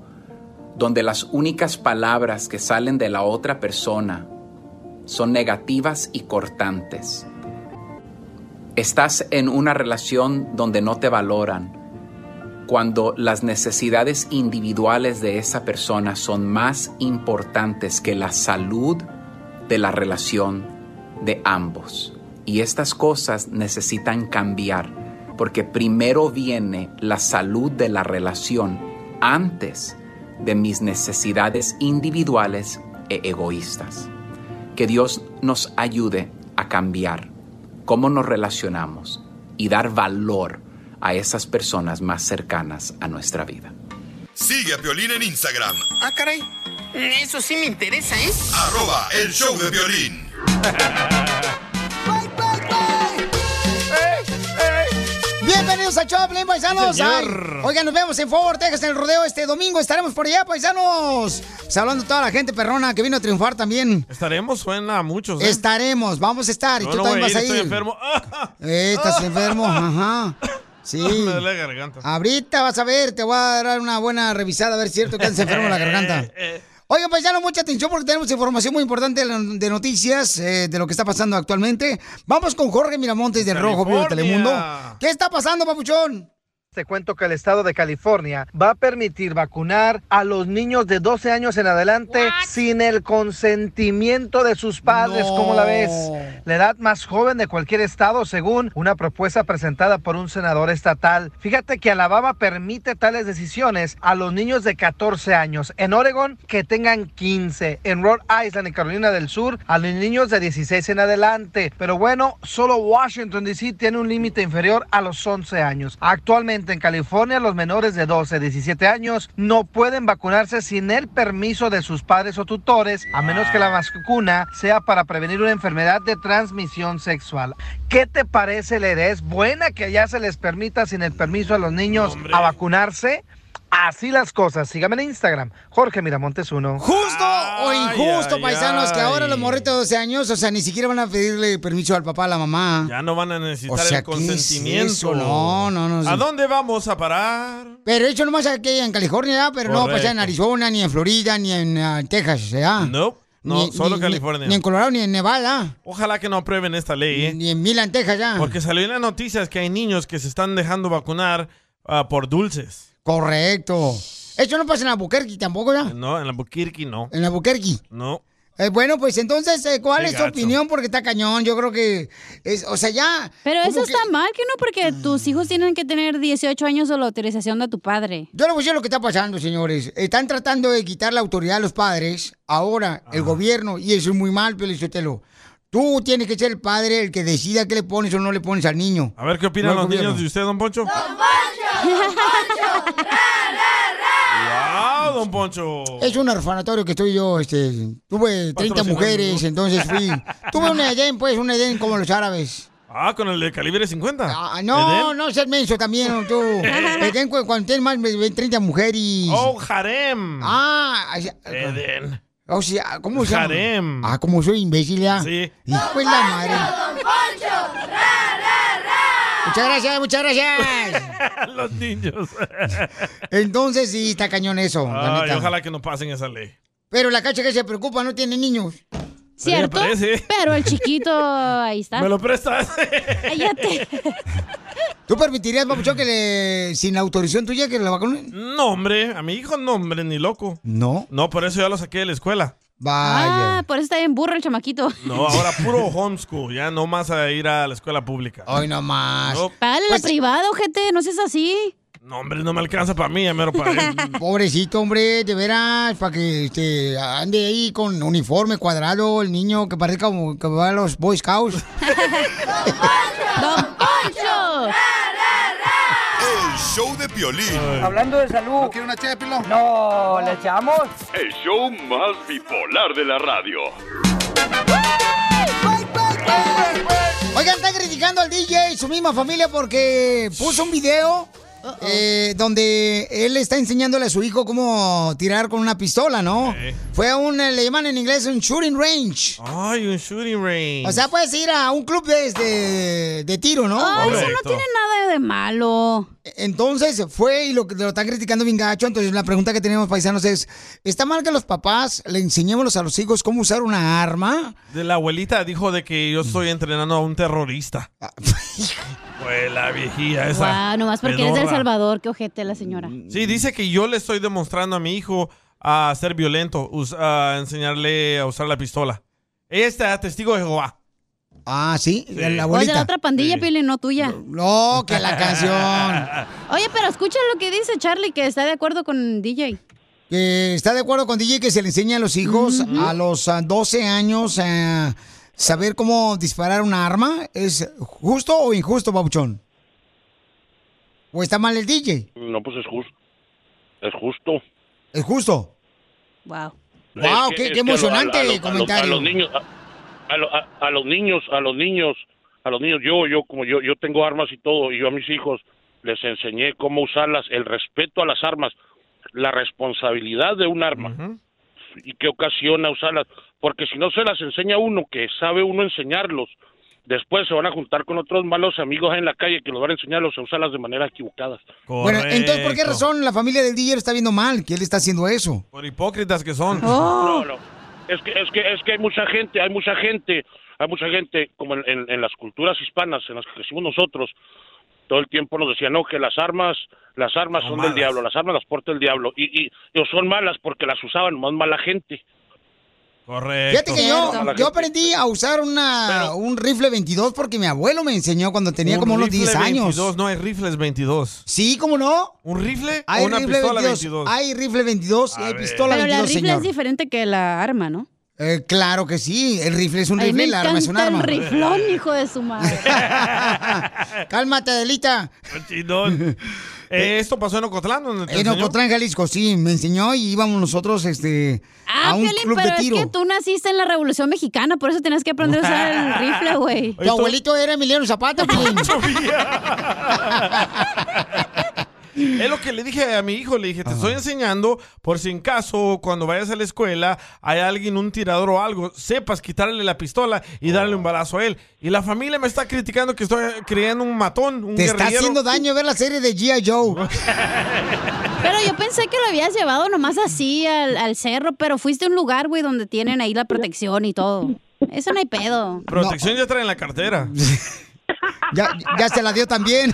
S24: donde las únicas palabras que salen de la otra persona son negativas y cortantes. Estás en una relación donde no te valoran, cuando las necesidades individuales de esa persona son más importantes que la salud de la relación de ambos. Y estas cosas necesitan cambiar, porque primero viene la salud de la relación antes de mis necesidades individuales e egoístas. Que Dios nos ayude a cambiar cómo nos relacionamos y dar valor a esas personas más cercanas a nuestra vida.
S12: Sigue a Piolín en Instagram,
S6: Ah, caray. Eso sí me interesa, ¿eh?
S12: arroba el show de [LAUGHS] violín.
S3: Bienvenidos a Choplin, paisanos.
S4: Señor.
S3: Ay, oigan, nos vemos en Fort Texas en el rodeo este domingo. Estaremos por allá, paisanos. Pues hablando toda la gente perrona que vino a triunfar también.
S4: Estaremos, suena a muchos. ¿eh?
S3: Estaremos, vamos a estar. Y
S4: Yo
S3: tú
S4: no voy
S3: también vas
S4: a
S3: a
S4: ir,
S3: ir.
S4: estoy enfermo. [LAUGHS]
S3: Eh, estás enfermo, ajá. Sí.
S4: Me duele la garganta.
S3: Ahorita vas a ver, te voy a dar una buena revisada a ver si es cierto que andas enfermo en
S4: [LAUGHS]
S3: la garganta. Oigan, paisanos, mucha atención porque tenemos información muy importante de la- de noticias, eh, de lo que está pasando actualmente. Vamos con Jorge Miramontes del Rojo Vivo de Telemundo. ¿Qué está pasando, papuchón?
S6: Te cuento que el estado de California va a permitir vacunar a los niños de 12 años en adelante sin el consentimiento de sus padres.
S16: No.
S6: ¿Cómo la ves? La edad más joven de cualquier estado, según una propuesta presentada por un senador estatal. Fíjate que Alabama permite tales decisiones a los niños de 14 años. En Oregon, que tengan 15. En Rhode Island y Carolina del Sur, a los niños de 16 en adelante. Pero bueno, solo Washington DC tiene un límite inferior a los 11 años. Actualmente en California los menores de 12 a 17 años no pueden vacunarse sin el permiso de sus padres o tutores, a menos que la vacuna sea para prevenir una enfermedad de transmisión sexual. ¿Qué te parece, Lere? ¿Es buena que ya se les permita sin el permiso a los niños a vacunarse? Así las cosas. Sígame en Instagram, Jorge Miramontes 1.
S3: Justo o injusto, paisanos, que ahora los morritos de 12 años, o sea, ni siquiera van a pedirle permiso al papá, a la mamá.
S4: Ya no van a necesitar
S3: O sea,
S4: el
S3: ¿qué es
S4: consentimiento.
S3: eso? No, no, no,
S4: ¿A
S3: sí.
S4: dónde vamos a parar?
S3: Pero eso nomás aquí en California, ¿verdad? pero no, pues ya en
S4: Correcto.
S3: Arizona, ni en Florida, ni en ah, Texas, ¿ya?
S4: No, no, solo California.
S3: Ni en Colorado, ni en Nevada.
S4: Ojalá que no aprueben esta ley, ¿eh?
S3: Ni en Milan, Texas, ya.
S4: Porque salió en las noticias que hay niños que se están dejando vacunar ah, por dulces.
S3: Correcto. Eso no pasa en Albuquerque tampoco, ¿ya?
S4: No, en la Buquirqui Eh, no.
S3: En Albuquerque.
S4: No.
S3: Eh, bueno, pues entonces, eh, ¿cuál
S4: Qué
S3: es tu
S4: gacho.
S3: opinión? Porque está cañón, yo creo que, es, o sea, ya...
S7: Pero
S3: como
S7: eso
S3: que-
S7: está mal, que no, porque tus hijos tienen que tener 18 años o la autorización de tu padre.
S3: Yo le voy a decir lo que está pasando, señores. Están tratando de quitar la autoridad a los padres, ahora, el gobierno, y eso es muy mal, Pelizotelo. Tú tienes que ser el padre el que decida qué le pones o no le pones al niño.
S4: A ver qué opinan
S3: No,
S4: los
S3: gobierno.
S4: niños de usted, don Poncho. ¡Wow, don Poncho!
S3: Es un orfanatorio que estoy yo, este, tuve 30 mujeres, entonces
S4: [LAUGHS]
S3: fui. Tuve un Edén, pues, un Edén como los árabes.
S4: Ah, con el de calibre 50. Ah,
S3: No, no seas menso
S4: [LAUGHS]
S3: también, tú. Edén cu- cuando tienes más de 30 mujeres.
S4: Oh, harem.
S3: Ah, ay,
S4: Eden.
S3: o sea, Oh, ah, ¿cómo se llama?
S4: Harem.
S3: Ah, como soy imbécil, ¿ya?
S4: Sí.
S3: Hijo de la madre. Muchas gracias, muchas gracias.
S4: [LAUGHS] los niños.
S3: [LAUGHS] Entonces sí, está cañón eso. la
S4: Ay,
S3: neta.
S4: ojalá que no pasen esa ley.
S3: Pero la cacha que se preocupa no tiene niños.
S7: ¿Cierto?
S4: Pero ya parece.
S7: Pero el chiquito, ahí está.
S4: [LAUGHS] ¿Me lo prestas?
S7: Cállate.
S3: ¿Tú permitirías, papuchón, que
S4: [LAUGHS]
S3: le, Eh, sin la autorización tuya que la vacunen?
S4: No, hombre. A mi hijo no, hombre, ni loco.
S3: No.
S4: No, por eso ya lo saqué de la escuela.
S7: Ah, por eso está bien burro el chamaquito.
S4: No, ahora puro homeschool. Ya no más a ir a la escuela pública.
S3: Ay, no más.
S4: No, pues,
S7: Págale
S3: Pues,
S7: la privada, ojete, no seas así.
S4: no, hombre, no me alcanza para mí, ya mero para
S7: [LAUGHS]
S4: él.
S3: Pobrecito, hombre, de veras, para que este, ande ahí con uniforme cuadrado el niño que parezca como que va a los Boy Scouts.
S7: ¡Don Poncho!
S12: El show de Piolín.
S16: Hablando de salud. ¿No quiere una No, ¿le echamos?
S8: El show más bipolar de la radio.
S3: Oigan, está criticando al DJ y su misma familia porque puso un video eh, donde él está enseñándole a su hijo cómo tirar con una pistola, ¿no? Fue a un, eh, le llaman en inglés un shooting range.
S4: Ay, un shooting range.
S3: O sea, puedes ir a un club de, este, de- de tiro, ¿no?
S7: Ay, eso no tiene nada de malo.
S3: Entonces fue y lo, que- lo están criticando bien gacho. Entonces la pregunta que tenemos, paisanos, es, ¿está mal que los papás le enseñemos a los hijos cómo usar
S4: [LAUGHS]
S3: una arma?
S4: De la abuelita dijo de que yo estoy entrenando a un terrorista.
S3: Ah.
S4: [LAUGHS] Pues la viejía esa. Mm,
S7: Guau, nomás porque eres de El
S4: pedorra.
S7: Salvador, qué ojete la señora.
S4: Sí, dice que yo le estoy demostrando a mi hijo a ser violento, us- a enseñarle a usar la pistola. Ella está testigo de Jehová.
S3: Ah, sí,
S4: la- la
S7: O es de la
S4: abuelita.
S7: otra pandilla, Pili, no tuya.
S3: No, que la canción.
S7: [LAUGHS] Oye, pero escucha lo que dice Charlie, que está de acuerdo con DJ.
S3: que está de acuerdo con DJ que se le enseña a los hijos a los ah, 12 años a saber cómo disparar una arma. ¿Es justo o injusto, Babuchón? ¿O está mal el DJ?
S15: No, pues es justo. Es justo.
S3: ¿Es justo?
S7: Wow.
S15: Es
S3: ¡Wow!
S15: que-
S3: ¡Qué,
S15: es
S3: qué
S15: que a lo-
S3: emocionante
S15: a lo- a lo-
S3: comentario!
S15: A los niños, a, a lo- a- a los niños, a los niños, a los niños. Yo, yo, como yo, yo tengo armas y todo, y yo a mis hijos les enseñé cómo usarlas, el respeto a las armas, la responsabilidad de un arma y qué ocasiona usarlas, porque si no se las enseña uno, que sabe uno enseñarlos, después se van a juntar con otros malos amigos en la calle que los van a enseñarlos a usarlas de maneras equivocadas.
S3: Bueno, entonces, ¿por qué razón la familia del DJ lo está viendo mal? que él está haciendo eso?
S4: Por hipócritas que son.
S15: No, no. Es que, es que, es que hay mucha gente, hay mucha gente, hay mucha gente, como en, en- en las culturas hispanas en las que crecimos nosotros, todo el tiempo nos decían, no, que las armas, las armas son, del diablo, las armas las porta el diablo, y, y, y son malas porque las usaban más mala gente.
S4: Correcto.
S3: Fíjate que yo, yo aprendí a usar una, un rifle 22 porque mi abuelo me enseñó cuando tenía
S4: Un
S3: como unos
S4: rifle
S3: 10 años.
S4: 22, no hay rifles 22.
S3: Sí, ¿cómo no?
S4: ¿Un rifle
S3: Hay
S4: o una
S3: rifle
S4: pistola
S3: 22,
S4: 22?
S3: Hay rifle 22 y hay pistola
S7: Pero la
S3: 22,
S7: rifle
S3: señor.
S7: es diferente que la arma, ¿no?
S3: Eh, claro que sí, el rifle es un
S7: Ay,
S3: rifle,
S7: me
S3: el arma es un
S7: encanta
S3: arma.
S7: el riflón, hijo de su madre.
S3: [LAUGHS] Cálmate, Adelita. [LAUGHS]
S4: Chidón. Eh, esto pasó en Ocotlán, donde te
S3: En
S4: enseñó?
S3: Ocotlán, Jalisco, sí, me enseñó y íbamos nosotros este,
S7: Ah,
S3: a un
S7: Piolín,
S3: club
S7: pero
S3: de tiro.
S7: es que tú naciste en la Revolución Mexicana, por eso tenías que aprender a usar el
S3: [LAUGHS]
S7: rifle, güey. [LAUGHS]
S3: Tu abuelito era Emiliano Zapata, Piolín.
S4: Es lo que le dije a mi hijo, le dije, te estoy enseñando por si en caso, cuando vayas a la escuela, hay alguien, un tirador o algo, sepas quitarle la pistola y
S3: Oh.
S4: darle un balazo a él. Y la familia me está criticando que estoy creando un matón, un
S3: Te está
S4: guerrillero.
S3: haciendo daño ver la serie de G.I. Joe.
S7: Pero yo pensé que lo habías llevado nomás así al, al cerro, pero fuiste a un lugar, güey, donde tienen ahí la protección y todo. Eso no hay pedo.
S4: Protección ya trae en la
S3: [LAUGHS]
S4: cartera.
S3: Ya, ya se la dio también.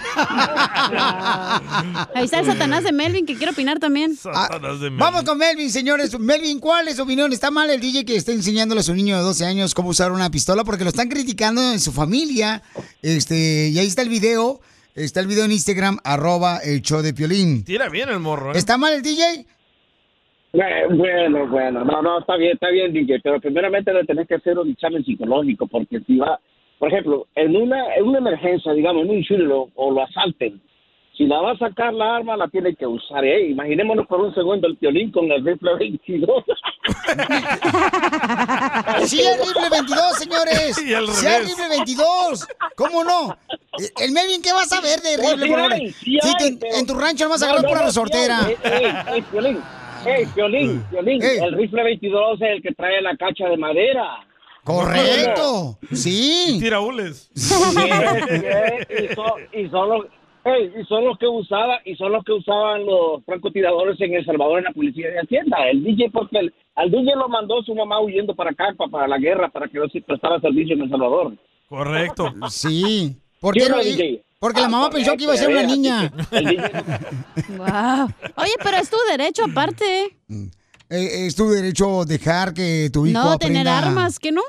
S7: Ahí está el Satanás de Melvin que quiere opinar también.
S4: Satanás de Melvin.
S3: Ah, Vamos con Melvin, señores. Melvin, ¿cuál es su opinión? ¿Está mal el DJ que está enseñándole a su niño de 12 años cómo usar una pistola? Porque lo están criticando en su familia. Este, y ahí está el video. Está el video en Instagram, arroba el show de Piolín.
S4: Tira bien el morro, ¿eh?
S3: ¿Está mal el DJ?
S25: Eh, Bueno, bueno, no, no, está bien, está bien, DJ, pero primeramente le tenés que hacer un examen psicológico, porque si va, por ejemplo, en una, en una emergencia, digamos, en un shooter o, o lo asalten, si la va a sacar la arma, la tiene que usar. Eh, imaginémonos por un segundo el violín con el rifle 22.
S3: Sí, el rifle 22, señores.
S25: Y al
S3: sí, el
S25: revés.
S3: rifle 22. ¿Cómo no? Eh, El Melvin, ¿qué vas a ver de rifle? por favor? Sí, que en- en tu rancho no vas a agarrar pura resortera.
S25: Ey, ey, eh, Piolín, ey, Piolín, Piolín, el rifle 22 es el que trae la cacha de madera.
S4: [LAUGHS]
S3: Correcto. Sí.
S4: Tiraúles.
S25: Bien, bien, y, son, y, son los, hey, y son los que usaban y son los que usaban los francotiradores en El Salvador en la policía de Hacienda. El DJ porque el, al DJ lo mandó su mamá huyendo para acá pa- para la guerra para que no se prestara servicio en El Salvador.
S4: [LAUGHS] Correcto.
S3: Sí. ¿Por qué
S25: ¿Sí o no,
S3: no-
S25: DJ?
S3: Porque la mamá pensó que iba a ser una niña.
S7: Wow. Oye, pero es tu derecho aparte. ¿eh?
S3: [LAUGHS] Eh, es tu derecho dejar que tu hijo
S7: No
S3: aprenda.
S7: tener armas, ¿qué no?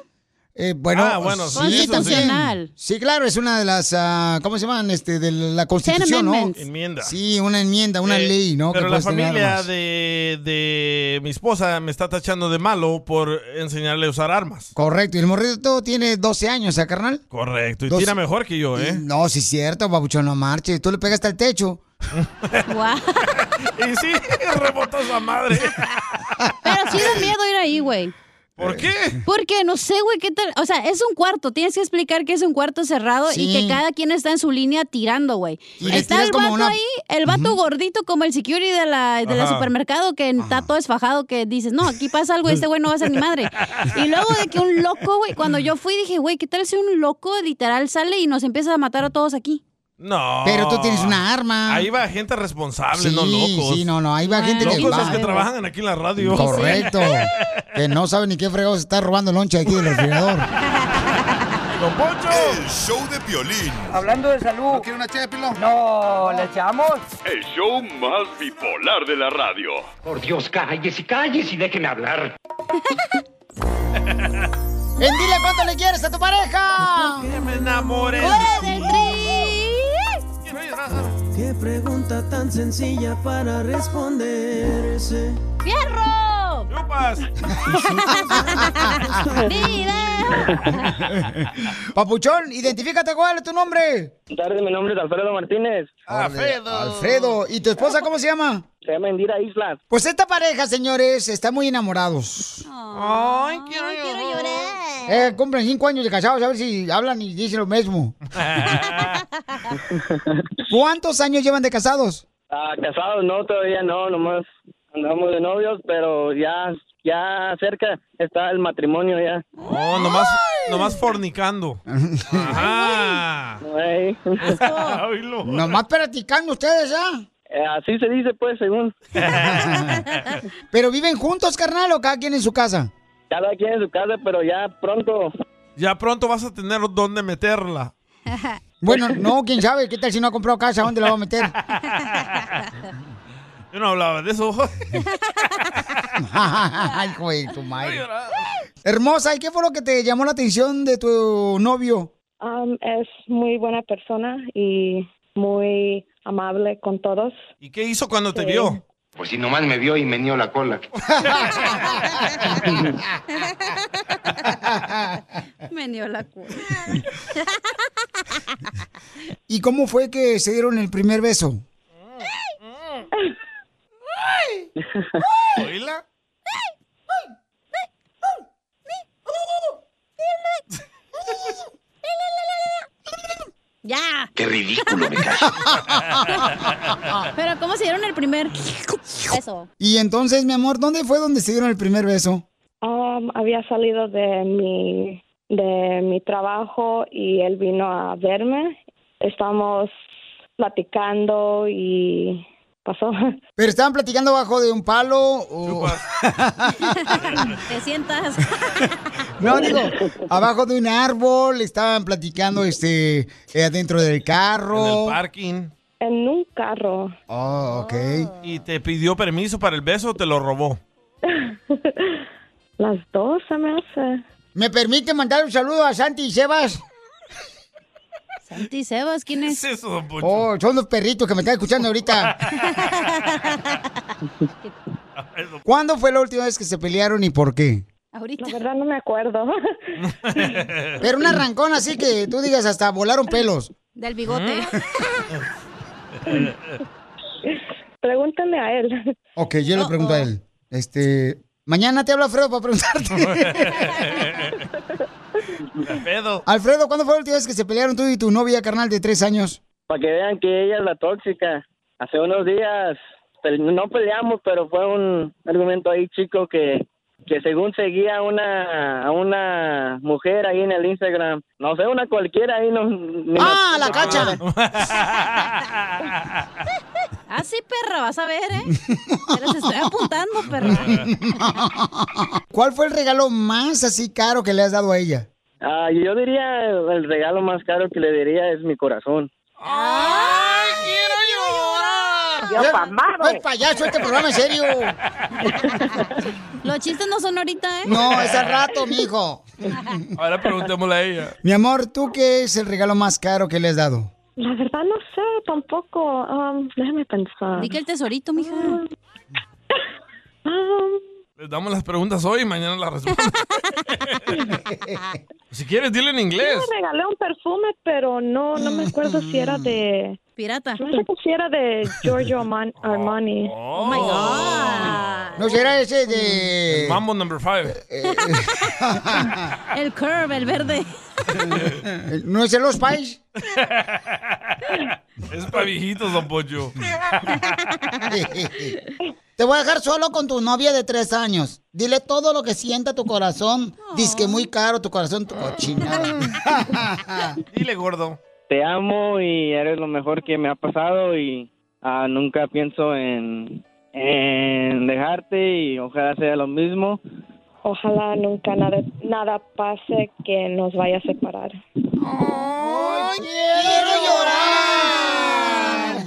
S3: Eh, bueno,
S7: Ah, bueno, sí,
S3: sí,
S7: eso
S3: también.
S7: sí.
S3: Sí, claro, es una de las, ah, ¿cómo se llaman? Este, de la Constitución, ¿no?
S4: amendments. Enmienda.
S3: Sí, una enmienda, una
S4: Eh,
S3: ley, ¿no?
S4: Pero
S3: que
S4: la
S3: puedes tener
S4: familia
S3: armas.
S4: de, de mi esposa me está tachando de malo por enseñarle a usar armas.
S3: Correcto, y el morrito tiene 12 años, ¿eh, carnal?
S4: Correcto, y
S3: Dos-
S4: tira mejor que yo, ¿eh?
S3: No, sí es cierto, babuchón, no marche. Tú le pegaste al techo.
S4: [LAUGHS] Y sí, rebotó esa madre.
S7: Pero sí da miedo ir ahí, güey.
S4: ¿Por qué?
S7: Porque no sé, güey, qué tal. O sea, es un cuarto. Tienes que explicar que es un cuarto cerrado y
S3: Sí.
S7: que cada quien está en su línea tirando, güey.
S3: Y le
S7: Está
S3: tiras
S7: el
S3: como
S7: vato
S3: una-
S7: ahí, el vato gordito como el security de la, de la
S3: Ajá.
S7: supermercado que está todo desfajado que dices, no, aquí pasa algo y este güey no va a ser mi madre. Y luego de que un loco, güey, cuando yo fui dije, güey, ¿qué tal si un loco literal sale y nos empieza a matar a todos
S3: [LAUGHS]
S7: aquí?
S4: No.
S3: Pero tú tienes una arma.
S4: Ahí va gente responsable,
S3: Sí,
S4: no locos.
S3: sí, no, no, ahí va gente que
S4: locos
S3: va.
S4: es que trabajan aquí en la radio.
S3: Correcto. que no sabe ni qué fregado se está robando el lonche aquí del refrigerador.
S26: El show de Piolín.
S27: Hablando de salud. ¿No quiere una ché de pilón? No, ¿le echamos?
S8: El show más bipolar de la radio.
S28: Por Dios, cállese, cállese y déjeme hablar.
S3: En dile cuánto le quieres a tu pareja.
S4: me enamoré.
S5: Qué pregunta tan sencilla para responderse.
S7: ¡Fierro! [LAUGHS]
S4: ¡Chupas!
S3: [LAUGHS] Papuchón, identifícate cuál es tu nombre.
S29: tardes, mi nombre es Alfredo Martínez.
S3: Alfredo. Alfredo. ¿Y tu esposa cómo se llama?
S29: Se llama Indira Islas.
S3: Pues esta pareja, señores, está muy enamorados.
S4: Ay, quiero,
S3: Eh, cumplen cinco años de casados, a ver si hablan y dicen lo mismo. ¿Cuántos años llevan de casados?
S29: Ah, casados, no, todavía no, nomás andamos de novios, pero ya, ya cerca está el matrimonio ya.
S4: No, nomás, nomás
S3: [LAUGHS]
S4: fornicando. Ajá.
S29: Ey.
S4: Oílo.
S3: Nomás practican ustedes, ¿ah? ¿ya?
S29: Eh, así se dice, pues, según.
S3: [LAUGHS] ¿Pero viven juntos, carnal, o cada quien en su casa?
S29: Cada quien en su casa, pero ya pronto.
S4: Ya pronto vas a tener dónde meterla. [LAUGHS]
S3: Bueno, no, quién sabe, ¿qué tal si no ha comprado casa? ¿Dónde la va a meter?
S4: Yo no hablaba de eso.
S3: Ay, hijo de tu madre. Hermosa, ¿y qué fue lo que te llamó la atención de tu novio?
S30: Um, es muy buena persona y muy amable con todos.
S4: ¿Y qué hizo cuando te
S30: [LAUGHS]
S4: vio?
S28: Pues si nomás me vio y me nió la cola.
S7: Me dio la cuerda.
S3: ¿Y cómo fue que se dieron el primer beso?
S4: ¿Oíla?
S7: ya.
S13: Qué ridículo me cae.
S7: Pero ¿cómo se dieron el primer beso?
S3: Y entonces, mi amor, ¿dónde fue donde se dieron el primer beso?
S30: Um, había salido de mi, de mi trabajo y él vino a verme. Estamos platicando y pasó.
S3: ¿Pero estaban platicando bajo de un palo o...?
S7: [LAUGHS] Te sientas.
S3: No, [LAUGHS] digo, abajo de un árbol, estaban platicando este eh, adentro del carro.
S4: En el parking.
S30: En un carro.
S3: Oh, ok.
S4: ¿Y te pidió permiso para el beso o te lo robó?
S30: Las dos se me hace.
S3: ¿Me permite mandar un saludo a Santi y Sebas?
S7: ¿Santi y Sebas? ¿Quién es?
S4: eso, don Poncho?
S3: Oh, son los perritos que me están escuchando ahorita. ¿Cuándo fue la última vez que se pelearon y por qué?
S30: Ahorita. La verdad no
S3: [LAUGHS]
S30: me acuerdo.
S3: Pero un arrancón así que Eh, tú digas hasta volaron pelos.
S7: Del bigote.
S4: ¿Mm?
S30: Pregúntale a él.
S3: Ok, yo le pregunto a él. Este, mañana te habla Alfredo para preguntarte.
S4: Pedo.
S3: Alfredo, ¿cuándo fue la última vez que se pelearon tú y tu novia carnal de tres años?
S18: Para que vean que ella es la tóxica. Hace unos días pe- no peleamos, pero fue un argumento ahí chico que, que según seguía a una, a una mujer ahí en el Instagram. No sé, una cualquiera ahí. No, ni
S3: ¡Ah,
S18: me-
S3: la cacha!
S7: Ah, sí, perra, vas a ver, ¿eh? Te las estoy apuntando, perra.
S3: [LAUGHS] ¿Cuál fue el regalo más así caro que le has dado a ella?
S18: Ah, yo diría el, el regalo más caro que le diría es mi corazón.
S3: [LAUGHS] ¡Ay, quiero llorar! ¡Ya pamado! ¡Es payaso este programa, en serio!
S7: Los chistes no son ahorita, ¿eh?
S3: No, es al rato, mijo.
S4: Ahora preguntémosle a ella.
S3: Mi amor, ¿tú qué es el regalo más caro que le has dado?
S30: La verdad no sé tampoco. Um, déjame pensar. Ah.
S7: Di que el tesorito, mija.
S4: Les damos las preguntas hoy y mañana las respuestas. [LAUGHS] si quieres, dile en inglés.
S30: Yo le regalé un perfume, pero no, no me acuerdo si era de...
S7: Pirata.
S30: No sé si era de Giorgio Arman- Armani.
S4: Oh, my God.
S3: No será ese de.
S4: El
S3: Eh.
S4: mambo number five.
S7: [LAUGHS]
S3: [LAUGHS]
S7: El curve, el verde.
S3: ¿No es el Los Pais?
S4: es para viejitos, don
S3: [LAUGHS]
S4: Pollo.
S3: Te voy a dejar solo con tu novia de tres años. Dile todo lo que sienta tu corazón. Dice que muy caro tu corazón,
S7: [LAUGHS]
S3: tu cochinada.
S4: Dile, gordo.
S18: Te amo y eres lo mejor que me ha pasado y ah, nunca pienso en, en dejarte y ojalá sea lo mismo.
S30: Ojalá nunca nada, nada pase que nos vaya a separar.
S3: quiero llorar!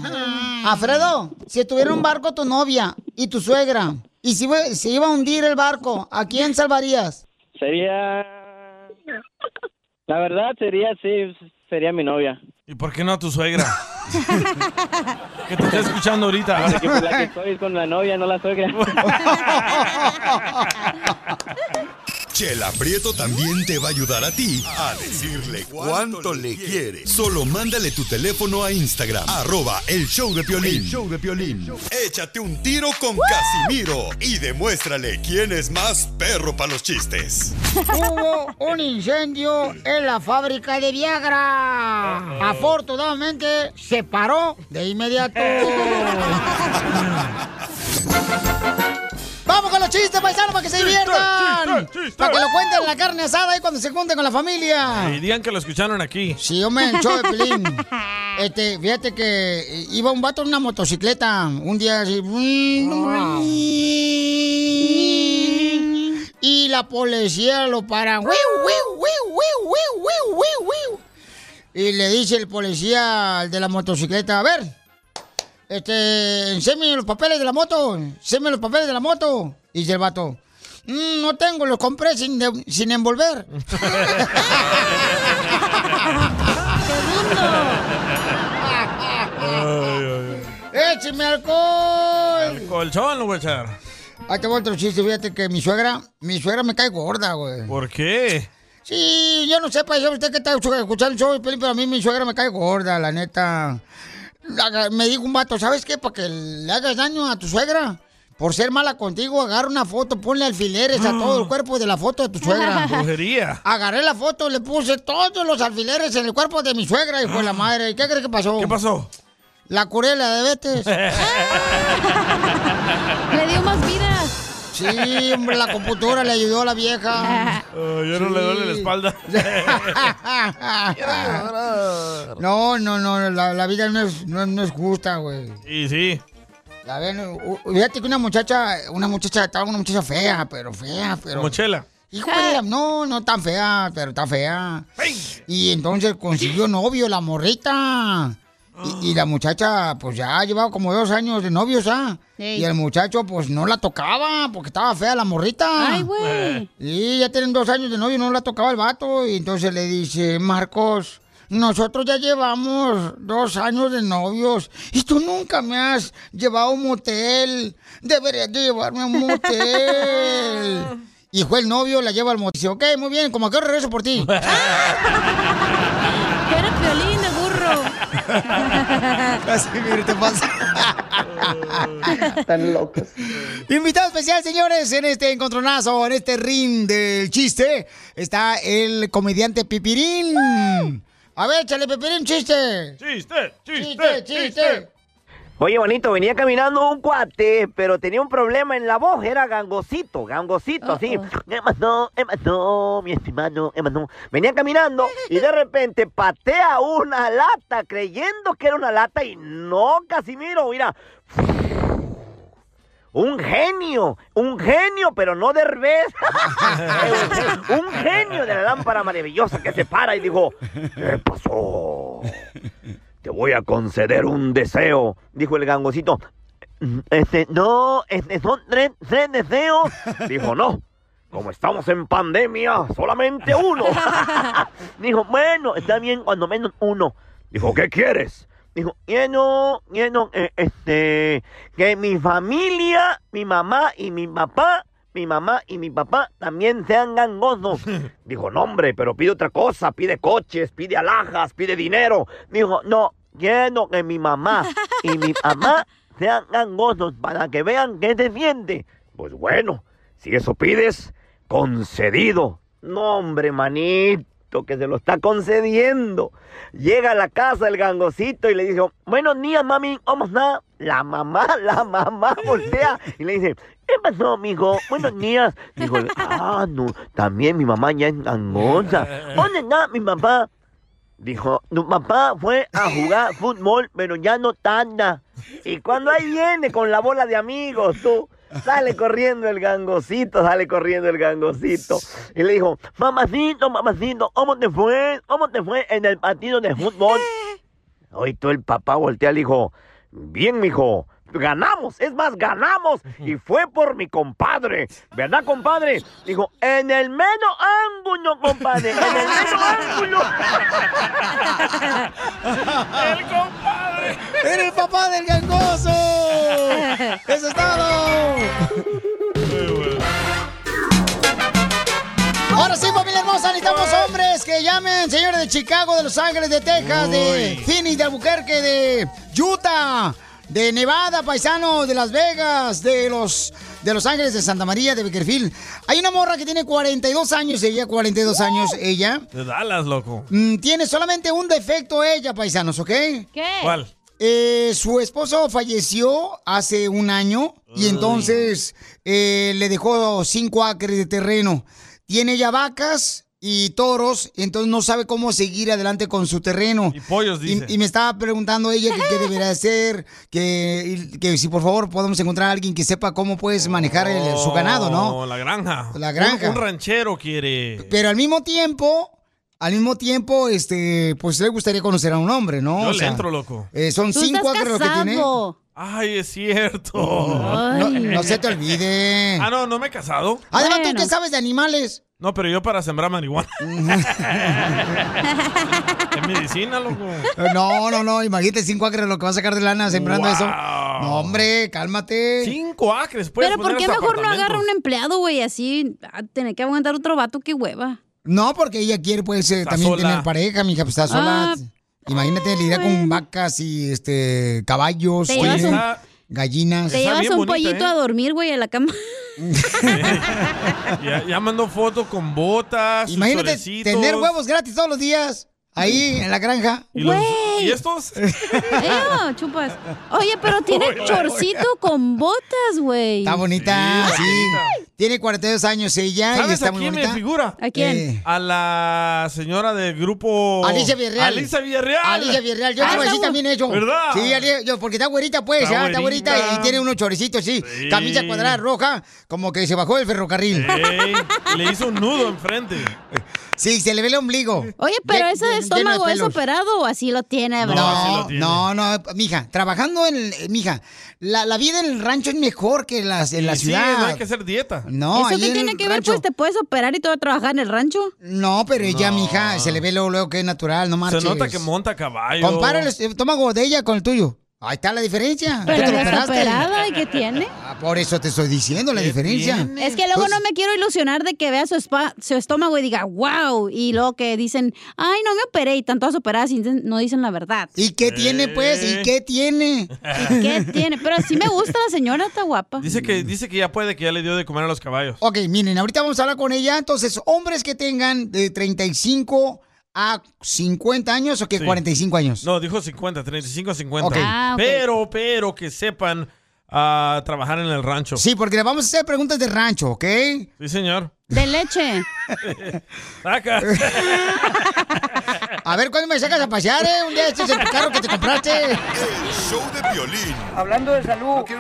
S3: Alfredo, si estuviera en un barco tu novia y tu suegra, y si iba- se iba a hundir el barco, ¿a quién salvarías?
S18: Sería... La verdad sería, sí, sería mi novia.
S4: ¿Y por qué no a tu
S3: [LAUGHS]
S4: suegra? que te está escuchando ahorita.
S18: Porque por la que estoy con la novia, no la suegra.
S12: Chela Prieto también te va a ayudar a ti a decirle cuánto le quiere. Solo mándale tu teléfono a Instagram, arroba el show de Piolín.
S17: El
S12: show de Échate un tiro con Casimiro y demuéstrale quién es más perro para los chistes.
S3: Hubo un incendio en la fábrica de Viagra. Afortunadamente se paró de inmediato. Vamos con los chistes, paisanos, para que se
S4: Chiste,
S3: diviertan.
S4: chiste, chiste.
S3: Para que lo cuenten en la carne asada y cuando se junten con la familia.
S4: Y digan que lo escucharon aquí.
S3: Sí, hombre, el show de Pelín. Este, fíjate que eh, iba un vato en una motocicleta. Un día así. Y la policía lo para. ¡Wiu, wiu, wiu, wiu, wiu, wiu, wiu, wiu! Y le dice el policía al de la motocicleta, a ver, este, enséñame los papeles de la moto, enséñame los papeles de la moto. Y dice el vato, "Mm, no tengo, los compré sin, de- sin envolver. [LAUGHS] [LAUGHS] ¡Écheme alcohol!
S4: Colchón lo voy a [LAUGHS] echar.
S3: Ahí te va otro chiste, fíjate que mi suegra, mi suegra me cae gorda, güey.
S4: ¿Por qué?
S3: Sí, yo no sé, paisano, usted que está escuchando el show, de Piolín, pero a mí mi suegra me cae gorda, la neta. La- Me dijo un vato, ¿sabes qué? Para que le hagas daño a tu suegra, Por ser mala contigo, agarra una foto, ponle alfileres a todo
S4: [GASPS]
S3: el cuerpo de la foto de tu
S4: [LAUGHS]
S3: suegra.
S4: Brujería.
S3: Agarré la foto, le puse todos los alfileres en el cuerpo de mi suegra, hijo de la madre. ¿Y qué crees que pasó? ¿Qué
S4: Ah. pasó?
S3: La curé de la
S4: [LAUGHS]
S3: diabetes. Le dio más vida. Sí, hombre, la computadora le ayudó a la vieja.
S4: [LAUGHS] Oh, yo no le duele la espalda.
S3: [LAUGHS] No, no, no, la, la vida no es, no, no es justa, güey.
S4: y sí.
S3: La ven, u- u- fíjate que una muchacha, una muchacha, estaba una muchacha fea, pero fea, [LAUGHS] pero.
S4: Como Chela.
S3: Híjole, no, no tan fea, pero está fea. Y entonces consiguió novio la morrita. Y, y la muchacha, pues ya llevaba como dos años de novios, ¿ah?
S7: Ey.
S3: Y el muchacho, pues no la tocaba, porque estaba fea la morrita.
S7: Ay, güey.
S3: Y ya tienen dos años de novio, no la tocaba el vato. Y entonces le dice, Marcos, nosotros ya llevamos dos años de novios. Y tú nunca me has llevado a un motel. Deberías de llevarme a
S7: [LAUGHS]
S3: un motel. y fue el novio, la lleva al motel. Dice, ok, muy bien, como que regreso
S7: [LAUGHS]
S3: por ti.
S7: Era piolín de
S3: [LAUGHS]
S7: burro.
S3: Casi te pasa. Tan locos. Invitado especial, señores, en este encontronazo, en este ring del chiste, está el comediante Pipirín. A ver, échale, Pipirín, chiste.
S4: Chiste,
S3: chiste, chiste.
S17: Oye, bonito, venía caminando un cuate, pero tenía un problema en la voz, era gangosito, gangosito, así. Emano, emano, mi estimado, emano. Venía caminando y de repente patea una lata, creyendo que era una lata y no, Casimiro, mira. Un genio, un genio, pero no Derbez. [LAUGHS] un genio de la lámpara maravillosa que se para y dijo, ¿qué pasó? Te voy a conceder un deseo, dijo el gangosito. Este, no, este, son tres, tres deseos. Dijo, no. Como estamos en pandemia, solamente uno. dijo, bueno, está bien, cuando menos uno. Dijo, ¿qué quieres? Dijo, lleno, lleno, eh, este, que mi familia, mi mamá y mi papá, mi mamá y mi papá también sean gangosos. Dijo, no hombre, pero pide otra cosa, pide coches, pide alhajas, pide dinero. Dijo, no, lleno que mi mamá y mi mamá sean gangosos para que vean que te siente. Pues bueno, si eso pides, concedido. No, hombre, manito, que se lo está concediendo. Llega a la casa el gangosito y le dice, buenos días, mami, ¿cómo está? La mamá, [LAUGHS] la mamá voltea y le dice, ¿qué pasó, mijo? Buenos días. Dijo, ah, no, también mi mamá ya es gangosa. ¿Dónde está mi papá? Dijo, tu papá fue a jugar fútbol, pero ya no tanda. Y cuando ahí viene con la bola de amigos, tú, sale corriendo el gangosito, sale corriendo el gangosito. Y le dijo, mamacito, mamacito, ¿cómo te fue? ¿Cómo te fue en el partido de fútbol? Hoy todo el papá voltea y le dijo, bien, mijo, ganamos, es más, ganamos. Y fue por mi compadre, ¿verdad, compadre? Dijo, en el menos ángulo, compadre, en el menos ángulo.
S5: ¡El compadre!
S3: ¡Eres el papá del gangoso! ¡Eso es todo! Ahora sí, familia hermosa, necesitamos hombres que llamen, señores de Chicago, de Los Ángeles, de Texas, de Phoenix, de Albuquerque, de Utah, de Nevada, paisano, de Las Vegas, de los de Los Ángeles, de Santa María, de Beckerfield. Hay una morra que tiene 42 años, ella, 42 años, ella.
S4: De Dallas, loco.
S3: Mm, tiene solamente un defecto ella, paisanos, ¿ok? ¿Qué?
S4: ¿Cuál?
S3: Eh, su esposo falleció hace un año y entonces eh, le dejó cinco acres de terreno. Tiene ya vacas y toros, entonces no sabe cómo seguir adelante con su terreno. Y
S4: pollos, dice.
S3: Y, me estaba preguntando ella que qué debería hacer, que, que si por favor podemos encontrar a alguien que sepa cómo puedes manejar el- su ganado, ¿no?
S4: Oh, la granja.
S3: La granja.
S4: Un, un ranchero quiere.
S3: Pero al mismo tiempo, al mismo tiempo, este, pues le gustaría conocer a un hombre, ¿no?
S4: Yo
S3: O
S4: le
S3: sea,
S4: entro, loco.
S3: eh, son cinco acres lo que tiene.
S4: Ay, es cierto.
S3: No, no se te olvide.
S4: Ah, no, no me he casado.
S3: Además, ¿tú qué sabes de animales?
S4: No, pero yo para sembrar marihuana. [LAUGHS] es medicina, loco.
S3: Eh, No, no, no, imagínate cinco acres lo que va a sacar de lana sembrando
S4: Wow.
S3: eso. No, hombre, cálmate.
S4: Cinco acres,
S7: Pero ¿por qué mejor no agarra un empleado, güey? Así, a tener que aguantar otro vato, qué hueva.
S3: No, porque ella quiere, pues, eh, también
S7: sola.
S3: tener pareja, mija, pues está sola.
S7: Ah,
S3: imagínate lidiar con vacas y este caballos.
S7: Te llevas
S3: tiene-
S7: un-
S3: gallinas.
S7: Te llevas un
S3: ¿eh?
S4: ¿eh?
S7: pollito a dormir, güey, a la cama.
S4: Ya, ya mandó fotos con botas. sus
S3: Imagínate
S4: chorecitos.
S3: [LAUGHS] tener huevos gratis todos los días ahí en la granja.
S4: ¿Y, los- ¿y
S3: [LAUGHS]
S4: estos?
S7: Eo, chupas. Oye, pero tiene
S3: Oye,
S7: chorcito con botas, güey.
S3: Está bonita, sí. Tiene 42 años ella y
S4: ¿Sabes
S3: está
S4: a
S3: muy
S4: quién me
S3: bonita.
S4: figura?
S3: ¿A quién? Eh.
S4: A la señora del grupo...
S3: Alicia Villarreal.
S4: Oh, Alicia Villarreal.
S3: Alicia Villarreal. Yo
S4: Ah,
S3: digo así
S4: está bu-
S3: también eso.
S4: ¿Verdad?
S3: Sí, Alicia- yo, porque está güerita, pues,
S4: Está
S3: ah, está güerita
S4: güerita.
S3: y tiene unos choricitos, sí.
S4: Sí.
S3: Camisa cuadrada roja, como que se bajó del ferrocarril.
S4: Ey, le hizo un nudo enfrente.
S3: Sí, se le ve el ombligo.
S7: Oye, pero
S3: Lle-
S7: ese
S3: lle- lleno de
S7: estómago es
S3: pelos.
S7: operado o así lo tiene,
S3: No,
S7: ¿verdad?
S3: no, no, mija, trabajando en, eh, mija, la, la vida en el rancho es mejor que las, en la
S4: Y sí,
S3: ciudad.
S4: no hay que hacer dieta.
S3: No,
S7: ¿Eso
S3: ahí
S7: qué
S3: en
S7: tiene
S3: el
S7: que ver?
S3: rancho.
S7: Pues te puedes operar y todo trabajar en el rancho.
S3: No, pero ella, mija, se le ve luego, luego que es natural, no marches.
S4: Se nota que oh. monta caballo.
S3: Compara el estómago de ella con el tuyo. Ahí está la diferencia.
S7: Pero
S3: Tú te lo
S7: ya está
S3: operaste.
S7: operada, ¿y qué tiene?
S3: Ah, Por eso te estoy diciendo la diferencia.
S7: Es que luego
S3: Pues
S7: no me quiero ilusionar de que vea su, espa- su estómago y diga, wow, y luego que dicen, ay, no me operé, y tantas operadas y dicen- no dicen la verdad.
S3: ¿Y qué tiene, pues? ¿Y qué tiene?
S7: ¿Qué tiene? Pero sí me gusta la señora, está guapa.
S4: Dice que, dice que ya puede, que ya le dio de comer a los caballos.
S3: Ok, miren, ahorita vamos a hablar con ella. Entonces, hombres que tengan de 35 a 50 años o que
S4: Sí.
S3: 45 años.
S4: No, dijo 50, 35 a 50.
S3: Ok. Ah, ok.
S4: Pero, pero que sepan ah, trabajar en el rancho.
S3: Sí, porque le vamos a hacer preguntas de rancho, ¿ok?
S4: Sí,
S3: [LAUGHS]
S4: señor.
S7: De leche.
S4: Saca.
S3: A ver, ¿cuándo me sacas a pasear, eh? Un día este es el carro que te compraste.
S12: Show de violín.
S16: Hablando de salud. ¿No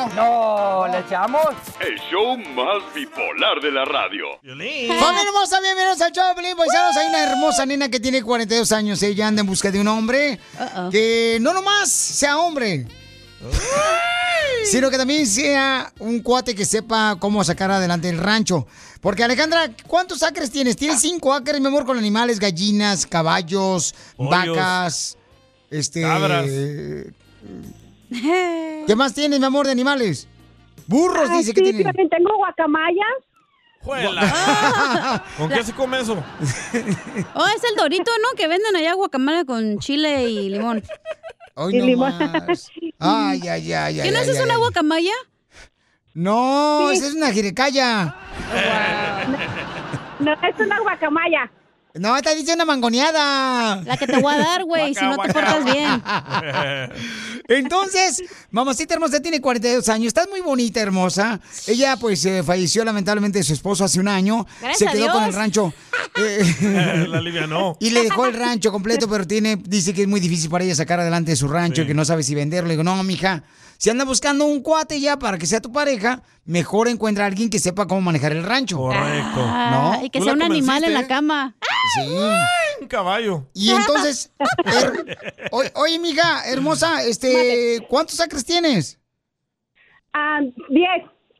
S16: una No, ¿le echamos?
S8: El show más bipolar de la radio.
S3: Familia hermosa, bienvenidos al show, de Pelín Paisanos. Hay una hermosa nena que tiene 42 años. Ella anda en busca de un hombre que no nomás sea hombre, sino que también sea un cuate que sepa cómo sacar adelante el rancho. Porque, Alejandra, ¿cuántos acres tienes? Tienes cinco acres, mi amor, con animales, gallinas, caballos,
S4: Pollos.
S3: vacas, este...
S4: Cabras.
S19: [LAUGHS]
S3: ¿Qué más tienes, mi amor, de animales? Burros, dice que tiene.
S19: Ah, también tengo guacamayas.
S4: Juela. [LAUGHS] ¿Con qué se come
S3: [LAUGHS]
S4: eso?
S7: Oh, es el dorito, ¿no? Que venden allá guacamaya con chile y limón.
S3: Hoy no más. Ay, ay, ay, ay.
S7: ¿Qué no
S3: ay,
S7: es
S3: ay,
S7: una
S3: ay.
S7: guacamaya?
S3: No, esa es una jiricaya.
S19: No, es una guacamaya.
S3: No, te dice una mangoneada.
S7: La que te voy a dar, güey, si no te portas bien.
S3: [LAUGHS] Entonces, mamacita hermosa tiene 42 años, estás muy bonita, hermosa. Ella, pues, eh, falleció lamentablemente de su esposo hace un año.
S4: Gracias
S3: Se
S4: a
S3: quedó con el
S4: Dios.
S7: [LAUGHS]
S3: rancho. Eh,
S4: La alivianó.
S3: Y le dejó el rancho completo, pero tiene, dice que es muy difícil para ella sacar adelante su rancho,
S4: Sí.
S3: que no sabe si venderlo. Le digo, no, mija, si anda buscando un cuate ya para que sea tu pareja, mejor encuentra a alguien que sepa cómo manejar el rancho.
S4: Correcto.
S7: Ah,
S3: ¿No?
S7: Y que sea un animal en la cama.
S3: Sí.
S4: Un caballo.
S3: Y entonces, her- oye, oye, mija, hermosa, este, ¿cuántos acres tienes? Ah.
S19: Ah, diez.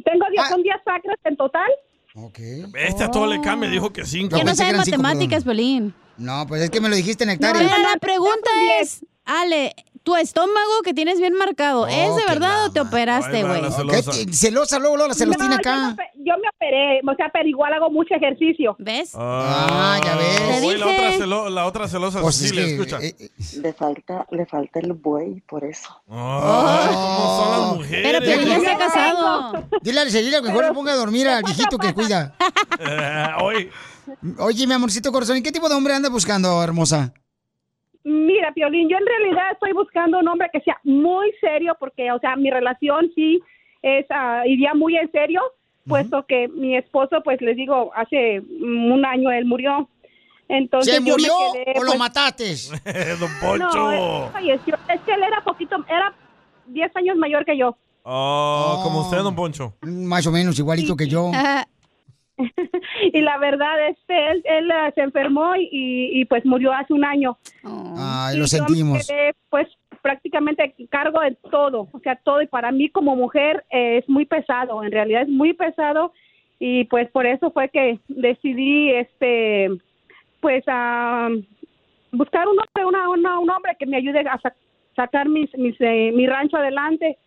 S19: Tengo diez, son diez acres en total. Oh.
S4: Este a todo le cambia, dijo que cinco.
S7: Que no sabe matemáticas, Pelín.
S3: No, pues es que me lo dijiste en
S7: No,
S3: hectáreas.
S7: pero la pregunta es, Ale, tu estómago que tienes bien marcado, ¿es de verdad o te operaste, güey?
S3: celosa. celosa, luego, luego la celostina
S19: No,
S3: acá.
S19: Yo me, ope- yo me operé, eh, o sea, pero igual hago mucho ejercicio.
S7: ¿Ves?
S4: Ah,
S19: ya ves. Te
S4: Oye, la otra,
S19: dije.
S4: celo- la otra celosa,
S3: Pues
S4: sí,
S3: es
S4: le
S3: que,
S4: escucha.
S31: Le falta, le falta el buey, por eso.
S4: Ay, Ah,
S19: Ah.
S4: ¿Cómo son
S3: Oh.
S4: las mujeres?
S7: pues casado.
S3: Dile a Celina que mejor le ponga a dormir al viejito que cuida.
S4: Eh, [LAUGHS] Oye,
S3: Oye, mi amorcito corazón, ¿y qué tipo de hombre anda buscando, hermosa?
S19: Mira, Piolín, yo en realidad estoy buscando un hombre que sea muy serio porque, o sea, mi relación sí es, ah, iría muy en serio, puesto que mi esposo, pues les digo, hace mm, un año él murió. Entonces,
S3: ¿Se
S19: yo me
S3: murió
S19: quedé,
S3: o lo
S19: pues,
S3: mataste?
S4: [LAUGHS] Don
S19: No, eh. él
S4: Poncho.
S19: falleció. Es que él era poquito, era 10 años mayor que yo.
S4: Oh, como usted, Don Poncho.
S3: Más o menos, igualito que yo.
S19: [LAUGHS] y la verdad, este, él, él, ah, se enfermó y, y, pues murió hace un año.
S3: Ay,
S19: Y
S3: lo
S19: yo me
S3: sentimos.
S19: quedé, pues prácticamente a cargo de todo, o sea, todo. Y para mí como mujer eh, es muy pesado, en realidad es muy pesado. Y pues por eso fue que decidí, este, pues a buscar un hombre, una, una- un hombre que me ayude a sa- sacar mis, mis, eh, mi rancho adelante.